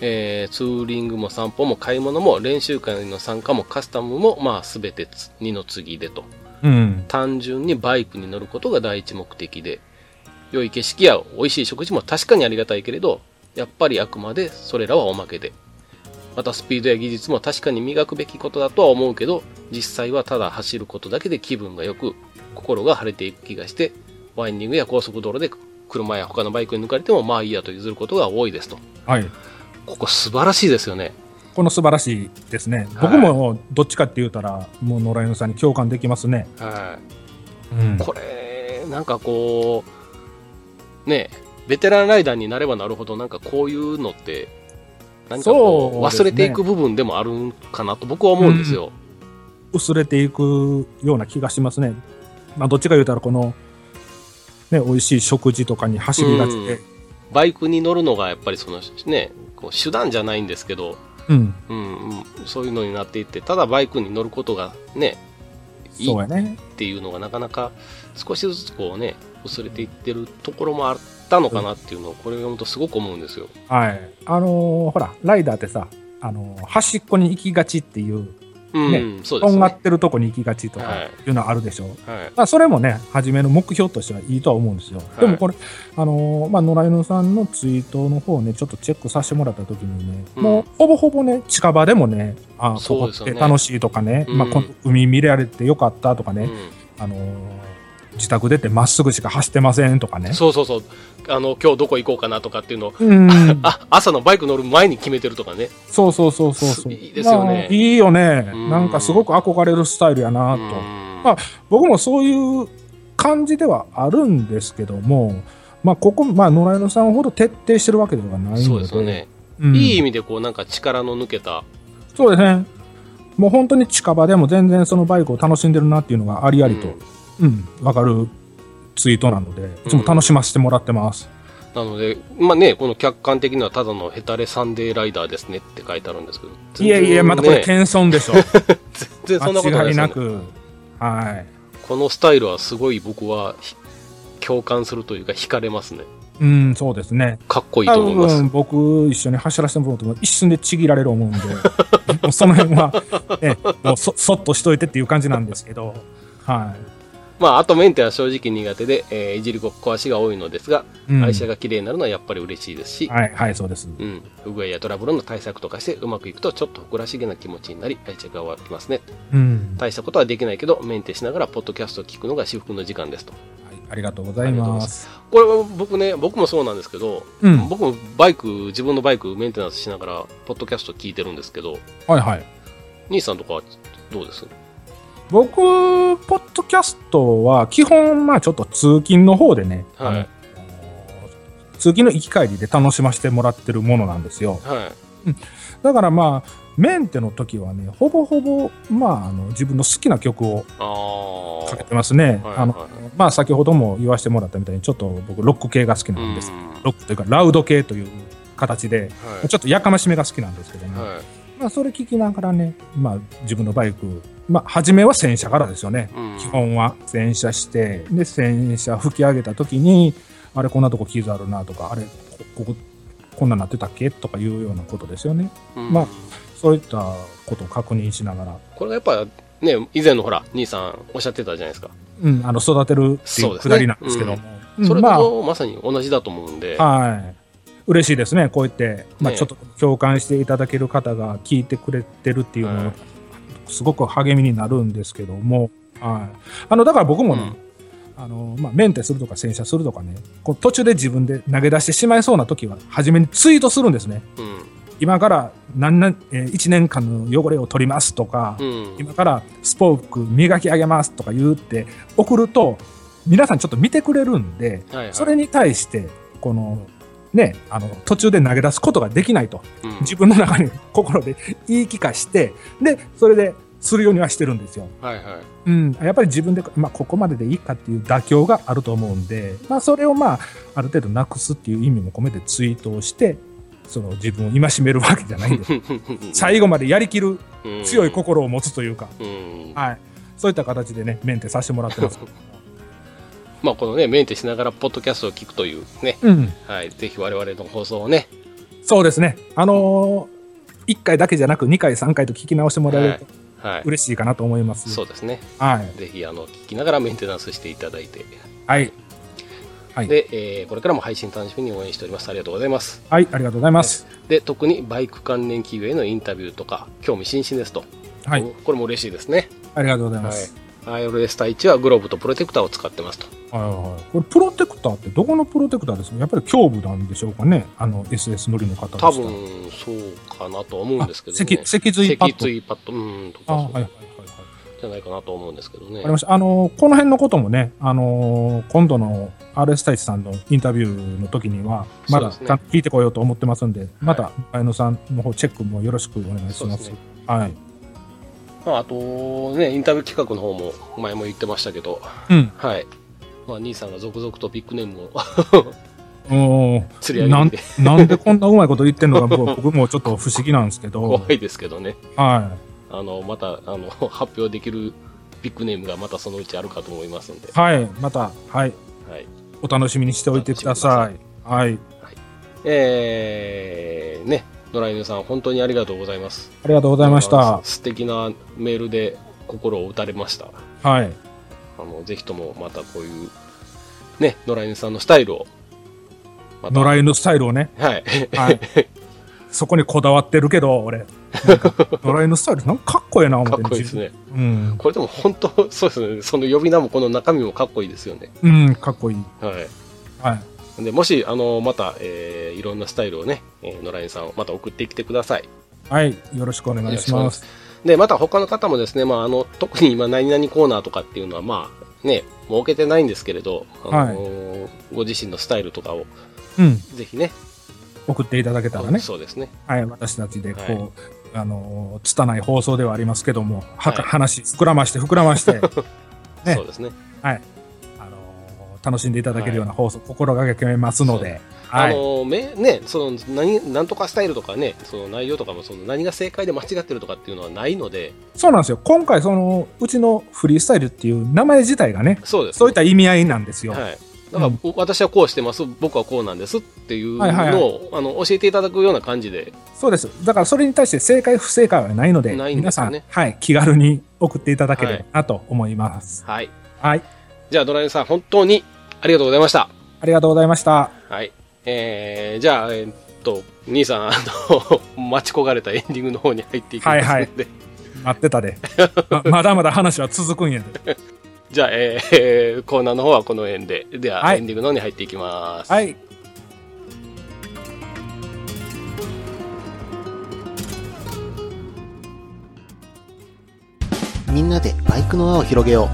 Speaker 1: えーツーリングも散歩も買い物も練習会の参加もカスタムも、まあ全てつ二の次でと。
Speaker 2: うん
Speaker 1: 単純にバイクに乗ることが第一目的で、良い景色や美味しい食事も確かにありがたいけれど、やっぱりあくまでそれらはおまけで。またスピードや技術も確かに磨くべきことだとは思うけど、実際はただ走ることだけで気分が良く、心が晴れていく気がして、ワインディングや高速道路で車や他のバイクに抜かれてもまあいいやと譲ることが多いですと。
Speaker 2: はい、
Speaker 1: ここ素晴らしいですよね。
Speaker 2: この素晴らしいですね、
Speaker 1: はい
Speaker 2: 僕もどっちかって言うたら、もう野良犬さんに共感できますね。
Speaker 1: はい。
Speaker 2: うん
Speaker 1: これなんかこうねえベテランライダーになればなるほどなんかこういうのって何かこう
Speaker 2: そうです
Speaker 1: 忘
Speaker 2: ね
Speaker 1: れていく部分でもあるんかなと僕は思うんですよ。
Speaker 2: 薄れていくような気がしますね。まあ、どっちか言うたら、この、ね、美味しい食事とかに走りがちで、
Speaker 1: バイクに乗るのがやっぱりそのねこう手段じゃないんですけど、
Speaker 2: うん、
Speaker 1: うんうん、そういうのになっていってただバイクに乗ることがねいい
Speaker 2: そう
Speaker 1: っ
Speaker 2: やね。
Speaker 1: ていうのがなかなか少しずつこうね薄れていってるところもあったのかなっていうのをこれを読むとすごく思うんですよ。
Speaker 2: はい。あのーほら、ライダーってさ、あのー端っこに行きがちっていう、
Speaker 1: うん、
Speaker 2: ね
Speaker 1: そうで
Speaker 2: と
Speaker 1: す
Speaker 2: んが
Speaker 1: ね
Speaker 2: っ。てるとこに行きがちと
Speaker 1: は
Speaker 2: か
Speaker 1: い
Speaker 2: いうのはあるでしょ。
Speaker 1: はい
Speaker 2: まあ、それもね、初めの目標としてはいいとは思うんですよ。
Speaker 1: い
Speaker 2: でもこれ、あのーまあ、野良犬さんのツイートの方をね、ちょっとチェックさせてもらった時にね、
Speaker 1: うん
Speaker 2: もうほぼほぼね、近場でもね、あー
Speaker 1: そう
Speaker 2: ここ
Speaker 1: です
Speaker 2: っ
Speaker 1: よね
Speaker 2: て楽しいとかね、
Speaker 1: うん
Speaker 2: まあ、この海見られてよかったとかね、
Speaker 1: うん
Speaker 2: あのー自宅出てまっすぐしか走ってませんとかね。
Speaker 1: そうそうそう。あの、今日どこ行こうかなとかっていうのを、
Speaker 2: うん
Speaker 1: あ、朝のバイク乗る前に決めてるとかね。
Speaker 2: そうそうそうそうそう。
Speaker 1: いいですよね
Speaker 2: まあいいよね。
Speaker 1: うん
Speaker 2: なんかすごく憧れるスタイルやな
Speaker 1: う
Speaker 2: と。
Speaker 1: ん
Speaker 2: まあ僕もそういう感じではあるんですけども、まあ、ここ、まあ、野良犬さんほど徹底してるわけではないので、
Speaker 1: そうですよね。
Speaker 2: うん
Speaker 1: いい意味でこう、なんか力の抜けた。
Speaker 2: そうですね。もう本当に近場でも全然そのバイクを楽しんでるなっていうのがありありと、うん、わ、かるツイートなので、いつも楽しませてもらってます。
Speaker 1: なので、まあね、この客観的にはただのヘタレサンデーライダーですねって書いてあるんですけど。
Speaker 2: いやいや、
Speaker 1: 全然ね
Speaker 2: またこれ謙遜で しょ。
Speaker 1: 全然そんなことない
Speaker 2: 間
Speaker 1: で
Speaker 2: 違い
Speaker 1: すよ
Speaker 2: な
Speaker 1: ね
Speaker 2: く。はい。
Speaker 1: このスタイルはすごい僕はひ共感するというか惹かれますね。
Speaker 2: うん、そうですね。
Speaker 1: かっこいい
Speaker 2: 多
Speaker 1: と思います。
Speaker 2: 分僕一緒に走らせてもらうと一瞬でちぎられる思うんで もうその辺は、ね、もうそそっとしといてっていう感じなんですけど、は
Speaker 1: まあ、あとメンテは正直苦手で、えーいじりごっこ足が多いのですが、
Speaker 2: いうん
Speaker 1: 愛車が綺麗になるのはやっぱり嬉しいですし、
Speaker 2: はい、はい、そうです
Speaker 1: うん、不具合やトラブルの対策とかしてうまくいくとちょっと誇らしげな気持ちになり愛着が湧きますね
Speaker 2: うん、
Speaker 1: 大したことはできないけどメンテしながらポッドキャストを聞くのが至福の時間ですと
Speaker 2: はいありがとうございます
Speaker 1: これは僕ね僕もそうなんですけど、
Speaker 2: うん
Speaker 1: 僕もバイク自分のバイクメンテナンスしながらポッドキャスト聞いてるんですけど
Speaker 2: はいはい
Speaker 1: 兄さんとかはどうです
Speaker 2: 僕ポッドキャストは基本まあちょっと通勤の方でね、
Speaker 1: はい
Speaker 2: あの通勤の行き帰りで楽しませてもらってるものなんですよ
Speaker 1: はい
Speaker 2: だからまあメンテの時はねほぼほぼまああの自分の好きな曲を
Speaker 1: ああ
Speaker 2: かけてますね、
Speaker 1: はい
Speaker 2: あの
Speaker 1: はい
Speaker 2: まあ先ほども言わせてもらったみたいにちょっと僕ロック系が好きなんです、
Speaker 1: うん
Speaker 2: ロックというかラウド系という形で
Speaker 1: はい
Speaker 2: ちょっとやかましめが好きなんですけども、
Speaker 1: はい
Speaker 2: まあそれ聞きながらね、まあ、自分のバイク、まあ、初めは洗車からですよね、
Speaker 1: うん
Speaker 2: 基本は洗車してで洗車吹き上げた時にあれこんなとこ傷あるなとかあれここここんななってたっけとかいうようなことですよね
Speaker 1: うん
Speaker 2: まあそういったことを確認しながら、
Speaker 1: これがやっぱね以前のほら兄さんおっしゃってたじゃないですか、
Speaker 2: うん、あの育てるってい
Speaker 1: そう
Speaker 2: う
Speaker 1: です
Speaker 2: く
Speaker 1: ね
Speaker 2: だりなんですけども、うん
Speaker 1: それ
Speaker 2: まあ
Speaker 1: とまさに同じだと思うんで、
Speaker 2: はい。嬉しいですね、こうやって、まあ、
Speaker 1: ね
Speaker 2: ちょっと共感していただける方が聞いてくれてるっていうの
Speaker 1: は、
Speaker 2: はいすごく励みになるんですけども、はい。あの、だから僕もね、
Speaker 1: うん
Speaker 2: あの、まあ、メンテするとか洗車するとかね、こう途中で自分で投げ出してしまいそうな時は、初めにツイートするんですね。
Speaker 1: うん
Speaker 2: 今から何々、えー、1年間の汚れを取りますとか、
Speaker 1: うん
Speaker 2: 今からスポーク磨き上げますとか言って送ると、皆さんちょっと見てくれるんで、
Speaker 1: はいはい
Speaker 2: それに対して、この、ね、あの、途中で投げ出すことができないと、
Speaker 1: うん
Speaker 2: 自分の中に心で言い聞かして、で、それで、するようにはしてるんですよ。
Speaker 1: はいはい。
Speaker 2: うん、やっぱり自分で、まあ、ここまででいいかっていう妥協があると思うんで、まあ、それを、まあ、ある程度なくすっていう意味も込めてツイートをして、その自分を戒めるわけじゃないん です。 最後までやりきる強い心を持つというか、
Speaker 1: うん。
Speaker 2: はい。そういった形でね、メンテさせてもらっ てます。
Speaker 1: まあこのね、メンテしながらポッドキャストを聞くというね、
Speaker 2: うん。
Speaker 1: はい、ぜひ我々の放送をね、
Speaker 2: そうですね。あのー、1回だけじゃなく2回、3回と聞き直してもらえると
Speaker 1: はい、
Speaker 2: 嬉しいかなと思います。
Speaker 1: そうですね。
Speaker 2: はい。
Speaker 1: ぜひあの聞きながらメンテナンスしていただいて、
Speaker 2: はい。はい
Speaker 1: で、えーこれからも配信楽しみに応援しております。ありがとうございます。
Speaker 2: はい、ありがとうございます。
Speaker 1: で、特にバイク関連企業へのインタビューとか、興味津々ですと。
Speaker 2: はい
Speaker 1: お。これも嬉しいですね。
Speaker 2: ありがとうござい
Speaker 1: は
Speaker 2: ま
Speaker 1: い
Speaker 2: す。。
Speaker 1: iOS 対1はグローブとプロテクターを使ってますと。
Speaker 2: はいはい。これ、プロテクターってどこのプロテクターですかやっぱり胸部なんでしょうかねあの、SS 乗りの方ですか
Speaker 1: 多分、そうかなと思うんですけどね。
Speaker 2: あ脊脊髄パッド
Speaker 1: 脊椎パッド。うん、と
Speaker 2: あ、
Speaker 1: か
Speaker 2: はいはいはいはい。
Speaker 1: じゃないかなと思うんですけどね。
Speaker 2: わかりました。あのーこの辺のこともね、あのー今度の RS 太一さんのインタビューの時には、まだ
Speaker 1: そうです
Speaker 2: ち
Speaker 1: ね
Speaker 2: ゃんと聞いてこようと思ってますんで、また、前野さんの方、チェックもよろしくお願いし
Speaker 1: そう
Speaker 2: ま。
Speaker 1: ですすね。
Speaker 2: はい。
Speaker 1: まあ、あと、ね、インタビュー企画の方も前も言ってましたけど、
Speaker 2: うん。
Speaker 1: はい。まあ、兄さんが続々とビッグネームを
Speaker 2: おー
Speaker 1: 釣り上
Speaker 2: な
Speaker 1: げ
Speaker 2: ん
Speaker 1: て、
Speaker 2: なんでこんなうまいこと言ってんのか僕僕もちょっと不思議なんですけど
Speaker 1: 怖、いですけどね。
Speaker 2: は
Speaker 1: あの、また、あの、発表できるビッグネームがまたそのうちあるかと思いますんで
Speaker 2: い、、はい、また、はい、
Speaker 1: はい。
Speaker 2: お楽しみにしておいてください。はい、
Speaker 1: えー、ね、野良犬さん、本当にありがとうございます。
Speaker 2: ありがとうご
Speaker 1: ご
Speaker 2: ざいました。
Speaker 1: 素敵なメールで心を打たれました。
Speaker 2: はい、
Speaker 1: あの、ぜひともまたこういう、ね、野良犬さんのスタイルを、また、
Speaker 2: 野良犬スタイルをね、
Speaker 1: はい。
Speaker 2: はい、そこにこだわってるけど、俺、なんか野良犬スタイル、なんかかっこええな、思
Speaker 1: か
Speaker 2: っ
Speaker 1: ってこいいですね。
Speaker 2: 自分
Speaker 1: これでも本当、そうですね。その呼び名もこの中身もかっこいいですよね。
Speaker 2: うん、うん、かっこいい。
Speaker 1: はい。
Speaker 2: はい、
Speaker 1: でもし、あの、また、えーいろんなスタイルをね、えー、野良犬さんをまた送ってきてください。
Speaker 2: はい、よろしくお願いします。
Speaker 1: で、また他の方もですね、まあ、あの、特に今、何々コーナーとかっていうのは、まあ、ね、設けてないんですけれど、あのーご自身のスタイルとかを、
Speaker 2: うん、
Speaker 1: ぜひね、
Speaker 2: 送っていただけたらね、
Speaker 1: そうですね。
Speaker 2: はい、私たちでこう、
Speaker 1: はい
Speaker 2: あのー、拙い放送ではありますけども、は
Speaker 1: はい
Speaker 2: 話膨らまして膨ら まして、ね
Speaker 1: そうですね。
Speaker 2: はい、あのー楽しんでいただけるような放送、心がけますので、は
Speaker 1: あ
Speaker 2: い、
Speaker 1: のーめ、ね、その、何、なんとかスタイルとかね、その内容とかも、その、何が正解で間違ってるとかっていうのはないので、
Speaker 2: そうなんですよ。今回そのうちのフリースタイルっていう名前自体がね、
Speaker 1: そうです、
Speaker 2: そういった意味合いなんですよ。
Speaker 1: はい。だから、
Speaker 2: うん
Speaker 1: お私はこうしてます、僕はこうなんですっていうのを、
Speaker 2: はいはい
Speaker 1: あの教えていただくような感じで、
Speaker 2: そうです。だからそれに対して正解不正解はないので、
Speaker 1: ないんで
Speaker 2: 皆
Speaker 1: す
Speaker 2: さ
Speaker 1: よ
Speaker 2: ん、
Speaker 1: ね
Speaker 2: はい、気軽に送っていただければなと思います。
Speaker 1: はい。
Speaker 2: はい、
Speaker 1: じゃあ、ドライさん、本当にありがとうございました。
Speaker 2: ありがとうございました。
Speaker 1: はい。えー、じゃあ、えーっと、兄さん、あの、待ち焦がれたエンディングの方に入っていきますので、
Speaker 2: はいはい待ってたで。ままだまだ話は続くんやで。
Speaker 1: じゃあ、えーえーコーナーの方はこの辺で、では、
Speaker 2: はい
Speaker 1: エンディングの方に入っていきます。
Speaker 2: はい、
Speaker 7: みんなでバイクの輪を広げよ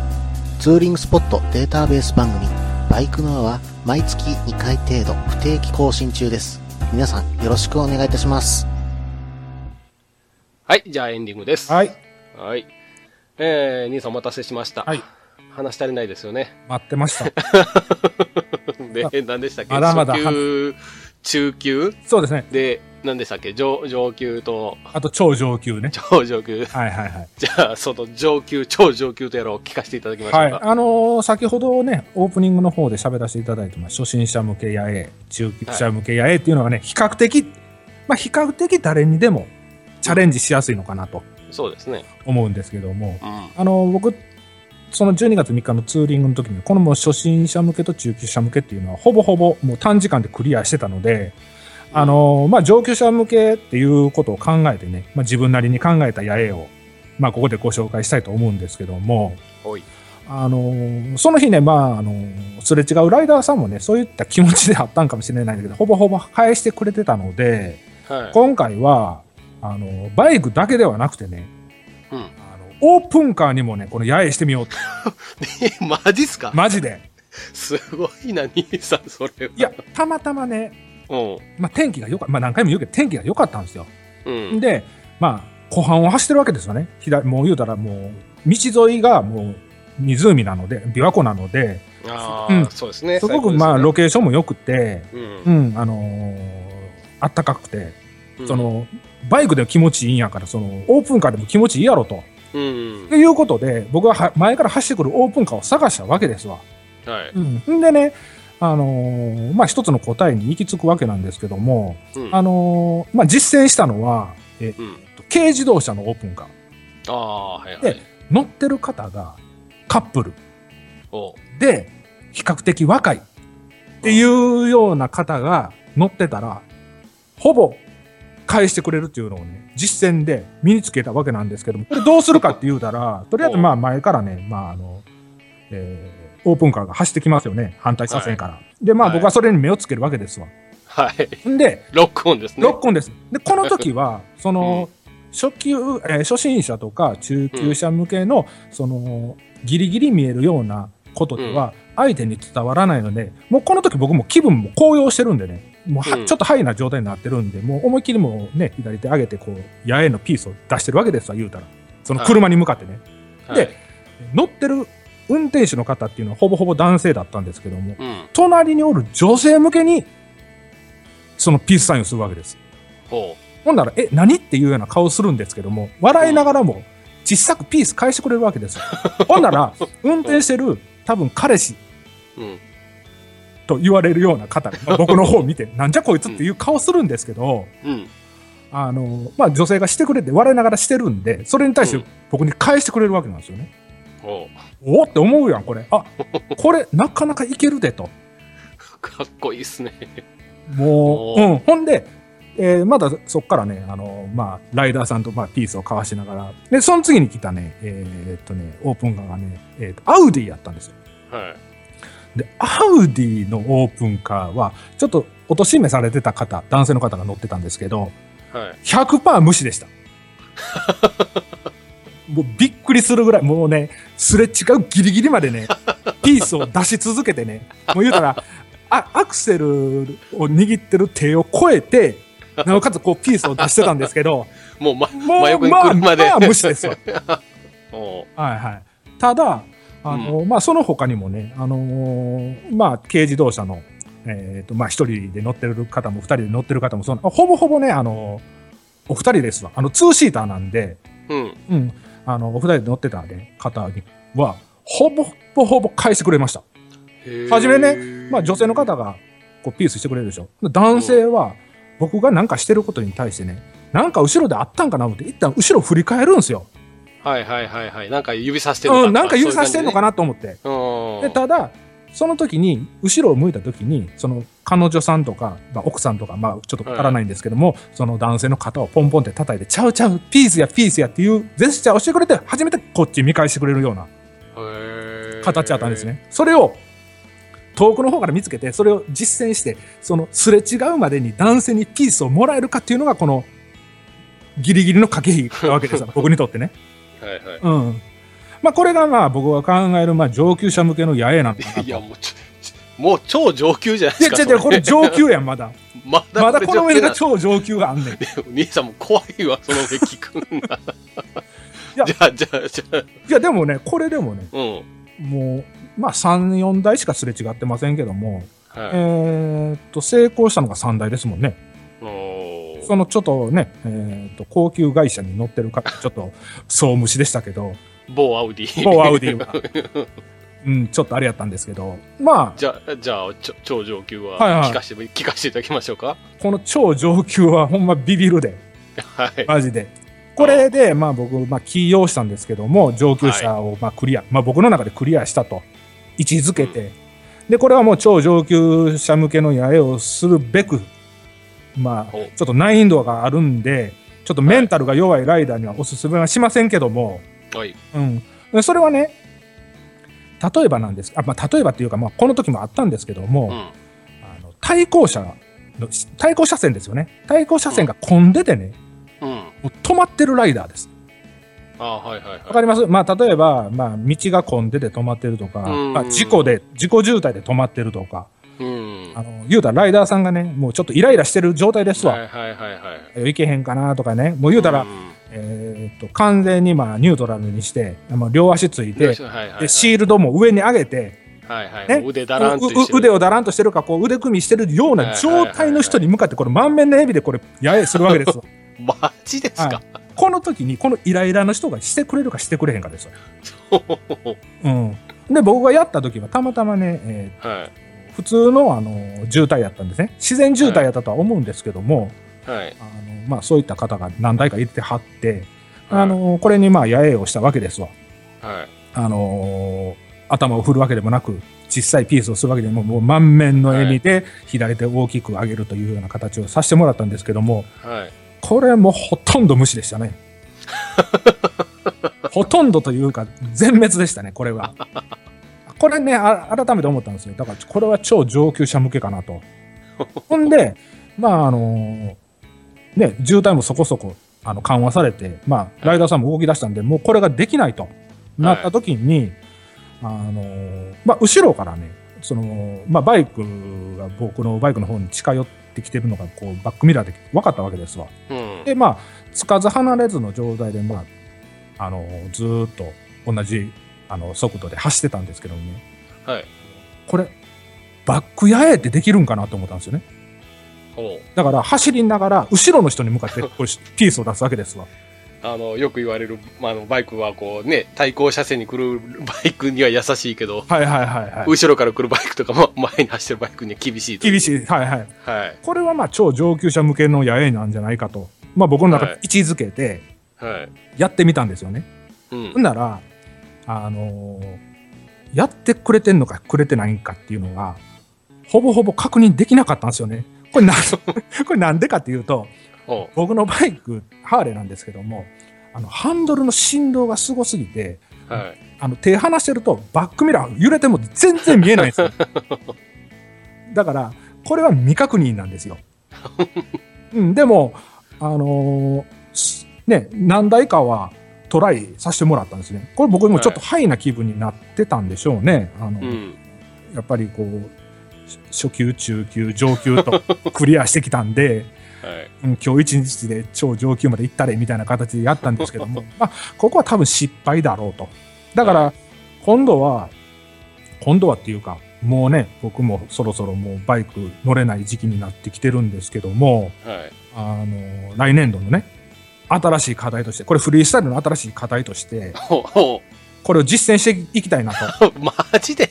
Speaker 7: う。ツーリングスポットデータベース番組、バイクの輪は毎月2回程度不定期更新中です。皆さんよろしくお願いいたします。
Speaker 1: はい、じゃあ、エンディングです。
Speaker 2: はい、
Speaker 1: はい。えー、兄さんお待たせしました。
Speaker 2: はい
Speaker 1: 話足りないですよね。
Speaker 2: 待ってました。
Speaker 1: で、何でしたっけ
Speaker 2: まだまだ
Speaker 1: 初級、中級
Speaker 2: そうですね。
Speaker 1: で、何でしたっけ上、上級と、
Speaker 2: あと超上級ね。
Speaker 1: 超上級。
Speaker 2: はいはいはい。
Speaker 1: じゃあ、その上級、超上級とやらを聞かせていただきましょうか。
Speaker 2: はい、あのー先ほどね、オープニングの方で喋らせていただいてます、初心者向けや A、中級者向けや A っていうのはね、比較的、まあ、比較的誰にでもチャレンジしやすいのかなと
Speaker 1: そうですね。
Speaker 2: 思うんですけども、
Speaker 5: あ
Speaker 2: あのー僕、その12月3日のツーリングの時に、このもう初心者向けと中級者向けっていうのは、ほぼほぼもう短時間でクリアしてたので、あのーまあ、上級者向けっていうことを考えてね、まあ、自分なりに考えたや A を、まあ、ここでご紹介したいと思うんですけども、
Speaker 1: おい。
Speaker 2: あのーその日ね、まあ、あのーすれ違うライダーさんもね、そういった気持ちであったんかもしれないんだけど、ほぼほぼ返してくれてたので、
Speaker 1: はい。
Speaker 2: 今回は、あのーバイクだけではなくてね、
Speaker 1: うん
Speaker 2: あのオープンカーにもね、この八重してみようって、
Speaker 1: え、マジっすか、
Speaker 2: マジで。
Speaker 1: すごいな、兄さん、それは。
Speaker 2: いや、たまたまね、
Speaker 1: うん。
Speaker 2: まあ、天気が良かまあ、何回も言うけど、天気が良かったんですよ。
Speaker 1: うん。
Speaker 2: で、まあ、湖畔を走ってるわけですよね。左、もう言うたらもう、道沿いがもう湖なので、琵琶湖なので、
Speaker 1: あ
Speaker 2: う
Speaker 1: あ
Speaker 2: ん
Speaker 1: そうですね
Speaker 2: すごくまあ、ロ
Speaker 1: ロ
Speaker 2: ケーションも良くて、
Speaker 1: うん
Speaker 2: うん、あのーあったかくて、
Speaker 1: うん
Speaker 2: その、バイクで気持ちいいんやから、その、オープンカーでも気持ちいいやろと。
Speaker 1: うん
Speaker 2: ということで、僕はは前から走ってくるオープンカーを探したわけですわ。
Speaker 1: はい
Speaker 2: うん、でね、あのーまあ、一つの答えに行き着くわけなんですけども、
Speaker 1: うん
Speaker 2: あのーまあ、実践したのは、えっ
Speaker 1: うん
Speaker 2: と軽自動車のオープンカ
Speaker 1: あ
Speaker 2: ー。
Speaker 1: あはいは
Speaker 2: で
Speaker 1: い
Speaker 2: 乗ってる方がカップル
Speaker 1: お
Speaker 2: で、比較的若いっていうような方が乗ってたら、ほぼ返してくれるっていうのをね、実践で身につけたわけなんですけども、これどうするかって言うたら、とりあえずまあ前からね、まああの、えーオープンカーが走ってきますよね、反対車線から。で、まあ
Speaker 1: はい
Speaker 2: 僕はそれに目をつけるわけですわ。
Speaker 1: はい
Speaker 2: んで、
Speaker 1: ロックオンですね
Speaker 2: ロックオンです。で、この時は、 その、初級、えー初心者とか中級者向けの、その、ギリギリ見えるようなことでは、相手に伝わらないので、もうこの時僕も気分も高揚してるんでね、もうは、
Speaker 1: うん
Speaker 2: ちょっとハイな状態になってるんで、もう思いっきりもうね、左手上げて、こう、八重のピースを出してるわけですわ、言うたら。その車に向かってね。
Speaker 1: はい
Speaker 2: で乗ってる運転手の方っていうのはほぼほぼ男性だったんですけども、
Speaker 1: うん
Speaker 2: 隣におる女性向けに、そのピースサインをするわけです。
Speaker 1: ほ
Speaker 2: ほんなら、え、何っていうような顔するんですけども、笑いながらも、小さくピース返してくれるわけですよ。ほんなら、運転してる、多分彼氏
Speaker 1: ううん
Speaker 2: と言われるよう な方が、まあ僕の方を見て、なんじゃこいつっていう顔するんですけど、
Speaker 1: うん
Speaker 2: あの、まあ女性がしてくれて、笑いながらしてるんで、それに対し
Speaker 1: うん
Speaker 2: て僕に返してくれるわけなんですよね。
Speaker 1: ほ
Speaker 2: おーって思うやん、これ。あ、これ、なかなかいけるでと。
Speaker 1: う かっこいいですねお
Speaker 2: もう、
Speaker 1: ー
Speaker 2: うん、ほんで、えーまだそっからね、あの、まあ、ライダーさんと、まあ、ピースを交わしながら、で、その次に来たね、えーっとね、オープンカーがね、えーっと、アウディやったんですよ。
Speaker 1: はい
Speaker 2: で、アウディのオープンカーは、ちょっと、おとしめされてた方、男性の方が乗ってたんですけど、
Speaker 1: はい
Speaker 2: 100%無視でした。 もうびっくりするぐらい、もうね、すれ違うギリギリま でね、ピースを出し続けてね、もう言うたら、あアクセルを握ってる手を越えて、なおかつこうピースを出してたんですけど、
Speaker 1: もうま
Speaker 2: も う、
Speaker 1: 真横に
Speaker 2: まあ、
Speaker 1: 車で
Speaker 2: まあ無視ですわ。
Speaker 1: お
Speaker 2: はいはい。ただ、あの、まあ、その他にもね、あのーまあ、軽自動車の、えっ、と、まあ、一人で乗ってる方も、二人で乗ってる方も、その、ほぼほぼね、あのお二人ですわ。あの、ツーシーターなんで、
Speaker 1: うん
Speaker 2: うん、あの、お二人で乗ってた、ね、方には、ほぼほぼほぼ返してくれました。はじめね、まあ、女性の方が、こう、ピースしてくれるでしょ。男性は、僕がなんかしてることに対してね、なんか後ろであったんかなと思って、一旦後ろ振り返るんですよ。
Speaker 1: はいはいはいはいなんか指さしてる
Speaker 2: うん、なんか指さしてんのか
Speaker 1: な
Speaker 2: なと思って。
Speaker 1: そうい
Speaker 2: で
Speaker 1: う感
Speaker 2: ただその時に後ろを向いた時にその彼女さんとか、まあ、奥さんとか、まあ、ちょっとわからないんですけども、その男性の肩をポンポンって叩いて「ちゃうちゃうピースやピースや」っていうジェスチャーをしてくれて初めてこっち見返してくれるような
Speaker 1: じねへー
Speaker 2: 形だったんですね。それを遠くの方から見つけてそれを実践してそのすれ違うまでに男性にピースをもらえるかっていうのがこのギリギリの駆け引きなわけです よ僕にとってね。
Speaker 1: はいはい
Speaker 2: うんまあ、これがまあ僕が考えるまあ上級者向けの野営なのかないと
Speaker 1: や、。もうちょ、ちょもう超上級じゃない
Speaker 2: い
Speaker 1: です
Speaker 2: や、
Speaker 1: か。
Speaker 2: 違う違う、
Speaker 1: そ
Speaker 2: これ上級やん、まだ。
Speaker 1: ま だ
Speaker 2: まだこの上
Speaker 1: 上級
Speaker 2: が超上級があんねん。い
Speaker 1: なんだよ兄さんも怖いわ、その上聞くんだ。
Speaker 2: や
Speaker 1: じゃあ、じゃあ、じゃあ、
Speaker 2: や、でもね、これでもね、
Speaker 1: うん。
Speaker 2: もう、まあ3、4台しかすれ違ってませんけども、え
Speaker 1: は
Speaker 2: ーっと、成功したのが3台ですもんね。
Speaker 1: い。おー
Speaker 2: そのちょっとね、えーっと、高級会社に乗って る方、ちょっと、総無視でしたけど、
Speaker 1: 某アウディ。
Speaker 2: 某アウディは。うん、ちょっとあれやったんですけど、まあ、
Speaker 1: じゃあ、じゃあ、ちょ超上級は
Speaker 2: はいはい
Speaker 1: 聞かせて、聞かせていただきましょうか。
Speaker 2: この超上級はほんまビビるで。
Speaker 1: はい。
Speaker 2: マジで。これで、まあ僕、まあ起用したんですけども、上級者をまあクリア、まあ僕の中でクリアしたと位置づけて、で、これはもう超上級者向けの野営をするべく、まあ、
Speaker 1: お
Speaker 2: ちょっと難易度があるんで、ちょっとメンタルが弱いライダーにはおすすめはしませんけども、
Speaker 1: はい。
Speaker 2: うん。でそれはね、例えばなんです。あまあ、例えばっていうか、まあ、この時もあったんですけども、
Speaker 1: うん。
Speaker 2: あの対向車の、対向車線ですよね。対向車線が混んでてね、
Speaker 1: うん。
Speaker 2: もう止まってるライダーです。
Speaker 1: ああ、はいはい
Speaker 2: わか
Speaker 1: は
Speaker 2: ります、まあ、例えば、まあ、道が混んでて止まってるとか、
Speaker 1: うん
Speaker 2: まあ、事故で、事故渋滞で止まってるとか、
Speaker 1: い。うん。
Speaker 2: あの、言うたらライダーさんがね、もうちょっとイライラしてる状態ですわ。
Speaker 1: はいはいはいはい。
Speaker 2: いけへんかなとかね、もう言うたら、
Speaker 1: ん
Speaker 2: えーっと、完全にまあニュートラルにして、まあ、両足ついて、
Speaker 1: はいはいは
Speaker 2: で
Speaker 1: い、
Speaker 2: シールドも上に上げて、
Speaker 1: はいはい
Speaker 2: ね
Speaker 1: もう腕だらんと
Speaker 2: こうう
Speaker 1: してる
Speaker 2: 腕をだらんとしてるか、こう腕組みしてるような状態の人に向かって、これ満面の笑みでこれ、やえするわけで すよ。
Speaker 1: マジですか、
Speaker 2: はこの時に、このイライラの人がしてくれるかしてくれへんかですよ。うん。で、僕がやった時は、たまたまね、え
Speaker 1: はい
Speaker 2: ー普通の、あの、渋滞やったんですね。自然渋滞やったとは思うんですけども、
Speaker 1: はい
Speaker 2: あの、まあ、そういった方が何台かいてはって、あの、これに、まあ、やえをしたわけですわ。
Speaker 1: はい
Speaker 2: あのー頭を振るわけでもなく、小さいピースをするわけでも、もう満面の笑みで、左手を大きく上げるというような形をさせてもらったんですけども、
Speaker 1: はい
Speaker 2: これもうほとんど無視でしたね。 ほとんどというか、全滅でしたね、これは。これね、あ改めて思ったんですよ。だから、これは超上級者向けかなと。ほんで、まあ、あのーね、渋滞もそこそこ、あの、緩和されて、まあ、ライダーさんも動き出したんで、もうこれができないとなった時に、あのーまあ、後ろからね、その、まあ、バイクが僕のバイクの方に近寄ってきてるのが、こう、バックミラーで分かったわけですわ。
Speaker 1: うん
Speaker 2: で、まあ、つかず離れずの状態で、まあ、あの、ずーっと同じ、あの、速度で走ってたんですけどね。
Speaker 1: はい
Speaker 2: これ、バック八重ってできるんかなと思ったんですよね。
Speaker 1: ほう
Speaker 2: だから、走りながら、後ろの人に向 かって、こうしピースを出すわけですわ。
Speaker 1: あのよく言われる、まあ、あのバイクはこうね対向車線に来るバイクには優しいけど
Speaker 2: はいはいはいはい。
Speaker 1: 後ろから来るバイクとかも前に走ってるバイクには厳しいと
Speaker 2: 厳しい。はいはい。
Speaker 1: はい
Speaker 2: これはまあ、超上級者向けの八重なんじゃないかと、まあ僕の中
Speaker 1: は
Speaker 2: で
Speaker 1: い
Speaker 2: 位置づけて、
Speaker 1: はい
Speaker 2: やってみたんですよね。
Speaker 1: うん
Speaker 2: ほんなら、あのーやってくれてんのかくれてないんかっていうのが、ほぼほぼ確認できなかったんですよね。これなん、 これなんでかっていうと、
Speaker 1: ほ
Speaker 2: 僕のバイク、ハーレーなんですけども、あの、ハンドルの振動がすごすぎて、
Speaker 1: うはい
Speaker 2: あの、手離してるとバックミラー揺れても全然見えないんです よ。だから、これは未確認なんですよ。うん、でも、あのーすね、何台かはトライさせてもらったんですね。これ僕もちょっとハイな気分になってたんでしょうね。あの、
Speaker 1: うん
Speaker 2: やっぱりこう、し初級、中級、上級とクリアしてきたんで、
Speaker 1: はい
Speaker 2: うん今日一日で超上級まで行ったれみたいな形でやったんですけ ども、まあ、ここは多分失敗だろうと。だから、今度は、今度はっていうか、もうね、僕もそろそろもうバイク乗れない時期になってきてるんですけども、
Speaker 1: はい
Speaker 2: あの、来年度のね、新しい課題として、これフリースタイルの新しい課題として、
Speaker 1: ほうほ
Speaker 2: これを実践していきたいなと。
Speaker 1: う マジで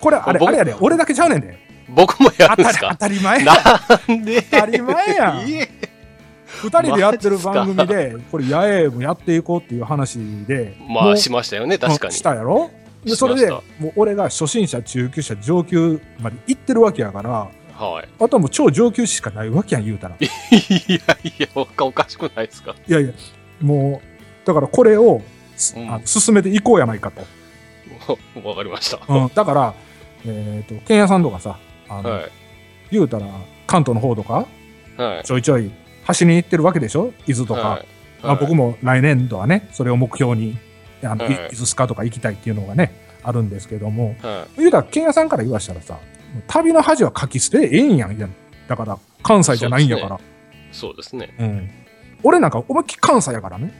Speaker 2: これ、あれ、
Speaker 1: 僕
Speaker 2: あれやで、俺だけちゃうねんで。
Speaker 1: 僕もや
Speaker 2: 当
Speaker 1: るんで
Speaker 2: たり
Speaker 1: す
Speaker 2: 当
Speaker 1: か
Speaker 2: たり前や。
Speaker 1: なんで
Speaker 2: 当たり前やん
Speaker 1: いえ
Speaker 2: 二人でやってる番組で、これ、野営もやっていこうっていう話で、
Speaker 1: ま
Speaker 2: も
Speaker 1: あ
Speaker 2: う
Speaker 1: しましたよね確か
Speaker 2: うん
Speaker 1: に
Speaker 2: したやろ
Speaker 1: しまし
Speaker 2: で
Speaker 1: た
Speaker 2: それで、もう俺が初心者、中級者、上級まで行ってるわけやから、
Speaker 1: は
Speaker 2: あとはもう超上級しかないわけやん、言うたら。い
Speaker 1: いいやいやおかおかしくないですか
Speaker 2: やいや、もう、だからこれを、す
Speaker 1: うん
Speaker 2: あの進めていこうやないかと。
Speaker 1: わわかりました
Speaker 2: うん、だから、えっ、と、ケンヤさんとかさ、あの、
Speaker 1: はい
Speaker 2: 言うたら、関東の方とか、
Speaker 1: はい
Speaker 2: ちょいちょい走りに行ってるわけでしょ伊豆とか。
Speaker 1: はい
Speaker 2: まあ、僕も来年度はね、それを目標に、あの、
Speaker 1: はい
Speaker 2: い伊豆スカとか行きたいっていうのがね、あるんですけども、
Speaker 1: は
Speaker 2: 言うたら、ケンヤさんから言わしたらさ、旅の恥は書き捨てでええんやん、いやだから、関西じゃないんやから。
Speaker 1: いそうですね
Speaker 2: うん。俺なんか思いっきり関西やか らね。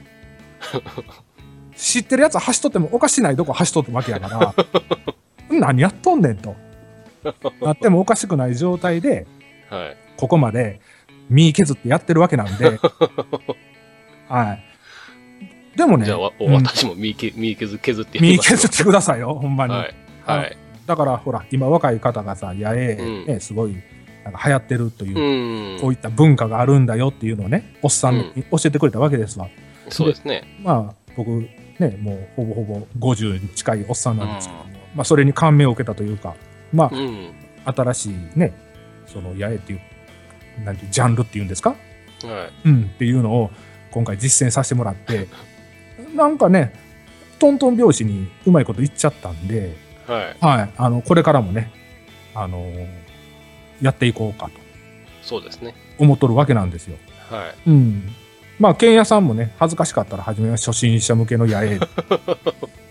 Speaker 2: 知ってるやつ走っとってもおかしないどこ走っとってわけ やから、何やっとんねんと。なってもおかしくない状態で、
Speaker 1: はい
Speaker 2: ここまで身削ってやってるわけな んで。はい。でもね
Speaker 1: じゃあ、わ
Speaker 2: うん
Speaker 1: 私も身け身削削ってやり
Speaker 2: 身
Speaker 1: ます
Speaker 2: 削ってくださいよ、ほんまに。
Speaker 1: はいはい
Speaker 2: だから、ほら、今若い方がさ、やえ、
Speaker 1: うん
Speaker 2: ね、すごい、なんか流行ってるというう、
Speaker 1: ん
Speaker 2: こういった文化があるんだよっていうのをね、おっさんに教えてくれたわけですわ。
Speaker 1: そうですね
Speaker 2: まあ、僕、ね、もうほぼほぼ50に近いおっさんなんですけども、まあ、それに感銘を受けたというか、まあ
Speaker 1: う、ん
Speaker 2: 新しいね、その、やえっていう、なんていう、ジャンルっていうんですか
Speaker 1: はい
Speaker 2: うん、っていうのを今回実践させても らって、なんかね、トントン拍子にうまいこと言っちゃったんで、
Speaker 1: はい
Speaker 2: はい、あの、これからもね、あのやっていこうかと
Speaker 1: そうですね
Speaker 2: 思っとるわけなんですよ。
Speaker 1: はい
Speaker 2: うん。まあ、ケンヤさんもね、恥ずかしかったら、初めは初心者向けの野 営、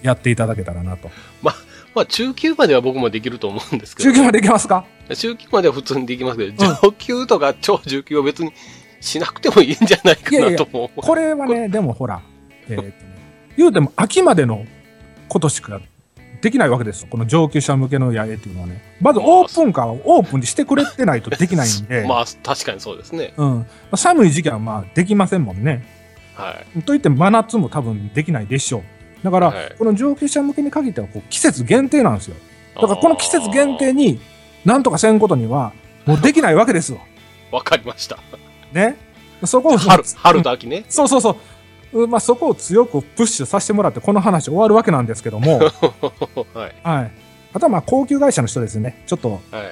Speaker 2: やっていただけたらなと。
Speaker 1: まあ中級までは僕もできると思うんですけど
Speaker 2: 中級までいけますか
Speaker 1: 中級までは普通にできますけど、上級とか超上級は別にしなくてもいいんじゃないか
Speaker 2: いやい
Speaker 1: な
Speaker 2: や
Speaker 1: と思う。
Speaker 2: これはね、でもほら、えーっとね、言うても秋までのことしかできないわけですよ。この上級者向けの八重っていうのはね。まずオープンカーをオープンにしてくれてないとできないん で、
Speaker 1: まあ、確かにそうですね。
Speaker 2: うん、寒い時期はまあできませんもんね。
Speaker 1: はい。
Speaker 2: といって真夏も多分できないでしょう。だから、
Speaker 1: はい
Speaker 2: この上級者向けに限ってはこう季節限定なんですよ。だからこの季節限定になんとかせんことにはもうできないわけですよ。
Speaker 1: あー。わかりました。
Speaker 2: ね。そこを
Speaker 1: 春、春と秋ね。
Speaker 2: そうそうそう。うまあ、そこを強くプッシュさせてもらって、この話終わるわけなんですけど も、
Speaker 1: はい。
Speaker 2: はい。あとはまあ、高級会社の人ですね。ちょっと、
Speaker 1: はい。
Speaker 2: あの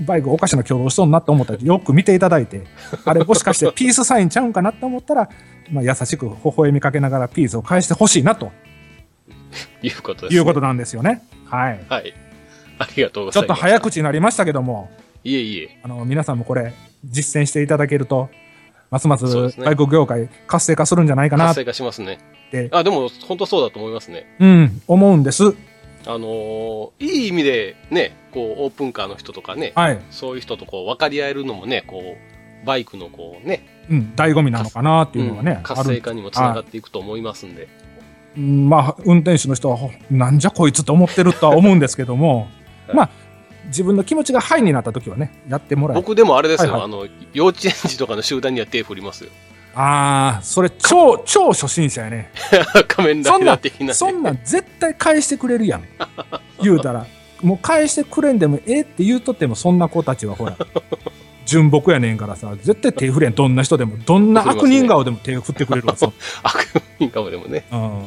Speaker 2: ーバイクおかしな共同しそうになって思ったら、よく見ていただいて、あれもしかしてピースサインちゃうんかなって思ったら、まあ、優しく微笑みかけながらピースを返してほしいなと
Speaker 1: いうことです、
Speaker 2: いうことなんですよね。はい。
Speaker 1: はい。ありがとうご
Speaker 2: ち
Speaker 1: ざ
Speaker 2: ょ
Speaker 1: い
Speaker 2: っ
Speaker 1: ます。
Speaker 2: と早。口になりましたけども、
Speaker 1: いえいえ。
Speaker 2: あのー皆さんもこれ、実践していただけると、ますます
Speaker 1: そうですね
Speaker 2: バイク業界活性化するんじゃないかな
Speaker 1: 活
Speaker 2: っ
Speaker 1: 性
Speaker 2: て、
Speaker 1: 化しますね
Speaker 2: で。
Speaker 1: あ、でも、本当そうだと思いますね。
Speaker 2: うん、思うんです。
Speaker 1: あのーいい意味で、ね、こう、オープンカーの人とかね、
Speaker 2: はい。
Speaker 1: そういう人とこう、分かり合えるのもね、こう、バイクのこうね、
Speaker 2: うん、醍醐味なのかなっていうのはね、
Speaker 1: うん活性化にもつながっていくと思いますんで。
Speaker 2: あるうんまあ運転手の人はほなんじゃこいつと思ってるとは思うんですけども、
Speaker 1: はい
Speaker 2: まあ自分の気持ちがハイになった時はねやってもらえる
Speaker 1: 僕でもあれですよ、
Speaker 2: はいはい
Speaker 1: あの、幼稚園児とかの集団には手振りますよ。
Speaker 2: ああそれ超超初心者やね
Speaker 1: 仮面ラ
Speaker 2: そ
Speaker 1: イ
Speaker 2: ん
Speaker 1: ダー
Speaker 2: な
Speaker 1: 的な、ね。
Speaker 2: そんなん絶対返してくれるや ん言うたらもう返してくれんでもええって言うとってもそんな子たちはほら純朴やねんからさ絶対手振れんどんな人でもどんな悪人顔でも手振ってくれるわそん
Speaker 1: 悪人かもでもね。
Speaker 2: うん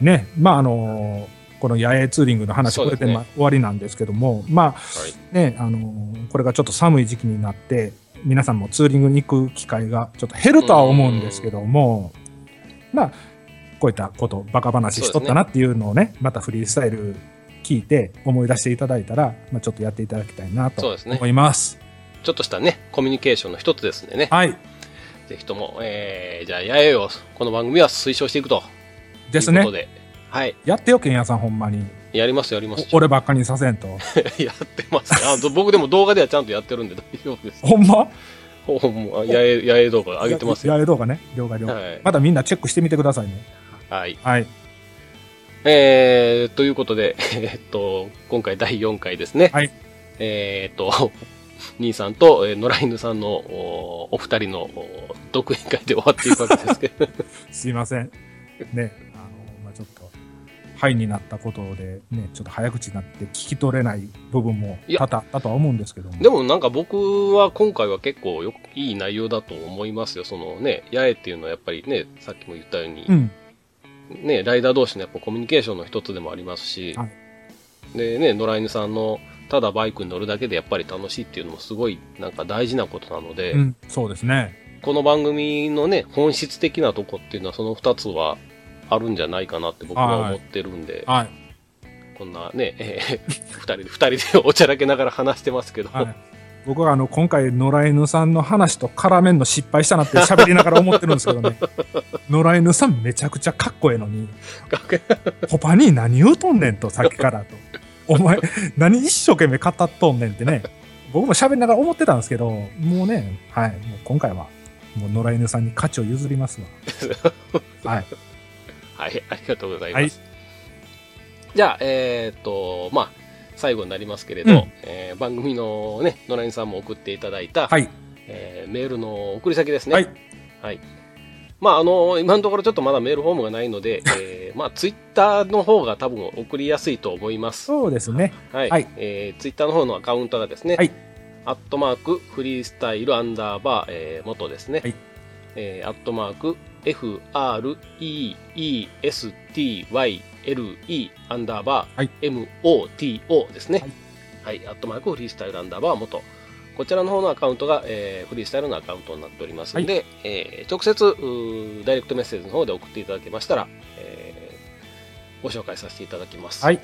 Speaker 2: ね、まああのこの野営ツーリングの話、
Speaker 1: そうで
Speaker 2: これ
Speaker 1: す
Speaker 2: で、
Speaker 1: ね
Speaker 2: まあ終わりなんですけども、まあねあのこれがちょっと寒い時期になって、皆さんもツーリングに行く機会がちょっと減るとは思うんですけども、まあ、こういったこと、バカ話しとったなっていうのをね、またフリースタイル聞いて思い出していただいたら、まあ、ちょっとやっていただきたいな
Speaker 1: そう
Speaker 2: と
Speaker 1: ですね
Speaker 2: 思います。
Speaker 1: ちょっとしたね、コミュニケーションの一つですんでね。
Speaker 2: はい。
Speaker 1: ぜひとも、えー、じゃあ、やえよ、この番組は推奨していくと。
Speaker 2: で
Speaker 1: い
Speaker 2: す
Speaker 1: う
Speaker 2: ね
Speaker 1: こと。で。はい。
Speaker 2: やってよ、けんやさん、ほんまに。
Speaker 1: やります、やります。
Speaker 2: お俺ばっかにさせんと。
Speaker 1: やってますねあの僕でも動画ではちゃんとやってるんで大丈夫です。
Speaker 2: ほんま
Speaker 1: ほんま、やえ、やえ動画上げてますよ。
Speaker 2: ややれ動画ね。了解了解。
Speaker 1: はい
Speaker 2: まだみんなチェックしてみてくださいね。
Speaker 1: はい。
Speaker 2: はい。
Speaker 1: えー、ということで、 えーっと、今回第4回ですね。
Speaker 2: はい。
Speaker 1: えーっと、 兄さんと、えー野良犬さんのおお二人のお独演会で終わっていくわけです けど、
Speaker 2: すいません。ね。あの、まあ、ちょっと、ハイになったことで、ね、ちょっと早口になって聞き取れない部分も
Speaker 1: いや
Speaker 2: 多々あったとは思うんですけども。
Speaker 1: でもなんか僕は今回は結構よいい内容だと思いますよ。そのね、八重っていうのはやっぱりね、さっきも言ったように、
Speaker 2: うん。
Speaker 1: ね、ライダー同士のやっぱコミュニケーションの一つでもありますし、
Speaker 2: は
Speaker 1: でね、野良犬さんのただバイクに乗るだけでやっぱり楽しいっていうのもすごいなんか大事なことなので、
Speaker 2: うん。そうですね。
Speaker 1: この番組のね、本質的なとこっていうのはその二つはあるんじゃないかなって僕は思ってるんで、
Speaker 2: はい。
Speaker 1: こんなね、えー二人で、二人でおちゃらけながら話してますけ ど、
Speaker 2: はい。僕はあの、今回、野良犬さんの話と絡めんの失敗したなって喋りながら思ってるんですけどね。野良犬さんめちゃくちゃかっこええのに、ポパに何言うとんねんと、さっきからと。お前、何一生懸命語っとんねんってね。僕も喋りながら思ってたんですけど、もうね、はい、もう今回は、もう野良犬さんに価値を譲ります わ。はい。
Speaker 1: はい、ありがとうございます。じゃあ、えーっと、まあ、最後になりますけれど、
Speaker 2: うん
Speaker 1: えー番組のね、野良犬さんも送っていただいた、
Speaker 2: はい。
Speaker 1: えーメールの送り先ですね。
Speaker 2: はい。
Speaker 1: はい。まあ、あの、今のところちょっとまだメールフォームがないので、えーまあ、ツイッターの方が多分送りやすいと思います。
Speaker 2: そうですね。
Speaker 1: はい。
Speaker 2: はい
Speaker 1: えーツイッターの方のアカウントがですね、
Speaker 2: はい
Speaker 1: アットマーク、フリースタイルアンダーバー、えー元ですね。
Speaker 2: はい
Speaker 1: えーアットマーク、FREESTYLE アンダーバー、
Speaker 2: はい
Speaker 1: MOTO ですね。はい。アットマーク、フリースタイルアンダーバー元。こちらの方のアカウントが、えーフリースタイルのアカウントになっておりますので、えー直接、うーダイレクトメッセージの方で送っていただけましたら、えーご紹介させていただきます。
Speaker 2: はい。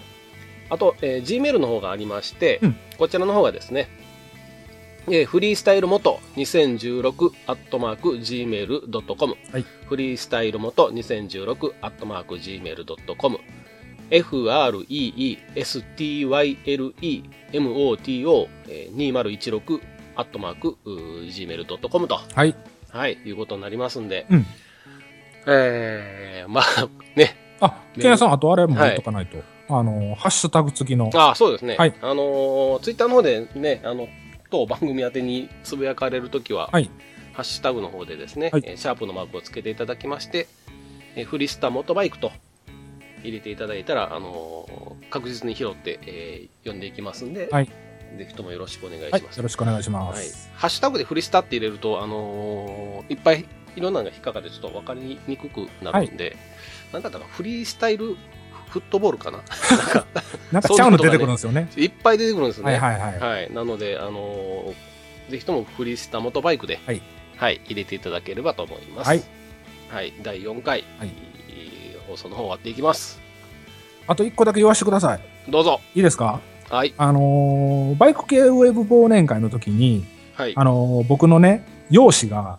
Speaker 1: あと、えー Gmail の方がありまして、
Speaker 2: うん
Speaker 1: こちらの方がですね、えーフリースタイル元2016アットマーク Gmail.com、
Speaker 2: はい
Speaker 1: フリースタイル元2016アットマーク Gmail.com、freestylemoto2016 アットマーク、gmail.com と、
Speaker 2: はい。
Speaker 1: はい、いうことになりますんで、
Speaker 2: うん
Speaker 1: えー、まあ、ね、
Speaker 2: あ、ケンヤさん、あとあれも言っとかないと。あの、ハッシュタグ付きの。
Speaker 1: あそうですね。
Speaker 2: はい
Speaker 1: あのーツイッターの方でね、あの、当番組宛てにつぶやかれるときは、
Speaker 2: はい
Speaker 1: ハッシュタグの方でですね、
Speaker 2: はい
Speaker 1: えーシャープのマークをつけていただきまして、えーフリスタモトバイクと入れていただいたら、あのー確実に拾って、えー読んでいきますんで、
Speaker 2: はい
Speaker 1: ぜひともよろしくお願いし
Speaker 2: はい。よ
Speaker 1: ます。
Speaker 2: ろしくお願いしま
Speaker 1: はい
Speaker 2: す。
Speaker 1: ハッシュタグでフリスタって入れると、あのーいっぱいいろんなのが引っかかってちょっと分かりにくくなるんで、なんだったかなフリースタイルフットボールかななんか
Speaker 2: なんかちゃうの出てくるんですよね。
Speaker 1: いっぱい出てくるんですよ
Speaker 2: はい
Speaker 1: ね。
Speaker 2: はいはい。
Speaker 1: はい、なので、あのーぜひともフリースタモトバイクで、
Speaker 2: はい
Speaker 1: 入れていただければと思います。
Speaker 2: はい
Speaker 1: はい第4回、
Speaker 2: はい
Speaker 1: えー放送の方終わっていきます。
Speaker 2: あと一個だけ言わせてください。
Speaker 1: どうぞ。
Speaker 2: いいですか
Speaker 1: はい、
Speaker 2: あのーバイク系ウェブ忘年会の時に、
Speaker 1: はい。
Speaker 2: あのー僕のね、容姿が、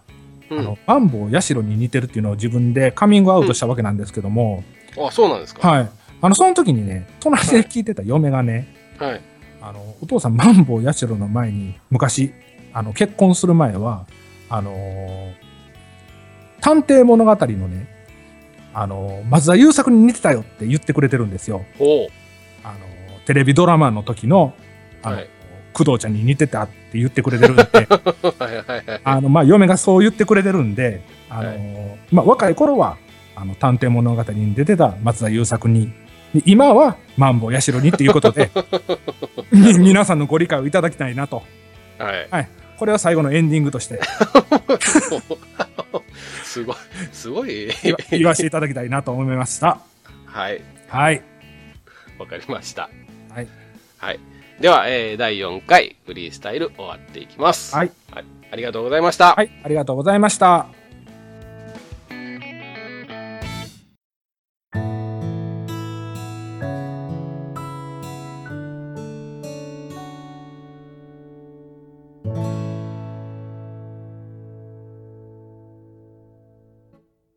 Speaker 1: う
Speaker 2: あ
Speaker 1: ん
Speaker 2: の、マンボウヤシロに似てるっていうのを自分でカミングアウトしたわけなんですけども、
Speaker 1: あ、そうなんですか。
Speaker 2: はい。あの、その時にね、隣で聞いてた嫁がね、
Speaker 1: はい。
Speaker 2: あの、お父さん、マンボウヤシロの前に、昔、あの、結婚する前は、あのー探偵物語のね、あのー松田優作に似てたよって言ってくれてるんですよ。
Speaker 1: ほ
Speaker 2: あのーテレビドラマの時の、あの、
Speaker 1: はい
Speaker 2: 工藤ちゃんに似てたって言ってくれてるんで、
Speaker 1: う。 はいはいはい。
Speaker 2: あの、まあ、嫁がそう言ってくれてるんで、あの、
Speaker 1: は
Speaker 2: まあ、若い頃は、あの、探偵物語に出てた松田優作に、で今は、マンボウヤシロにっていうこ とで、み皆さんのご理解をいただきたいなと。
Speaker 1: はい。
Speaker 2: これは最後のエンディングとして
Speaker 1: すごい、すご い。
Speaker 2: 言わ言わせていただきたいなと思いました。
Speaker 1: はい。
Speaker 2: はい。
Speaker 1: わかりました。
Speaker 2: はい。
Speaker 1: はい。では、えー第4回フリースタイル終わっていきます。
Speaker 2: はい。
Speaker 1: ありがとうございました。
Speaker 2: はい、ありがとうございました。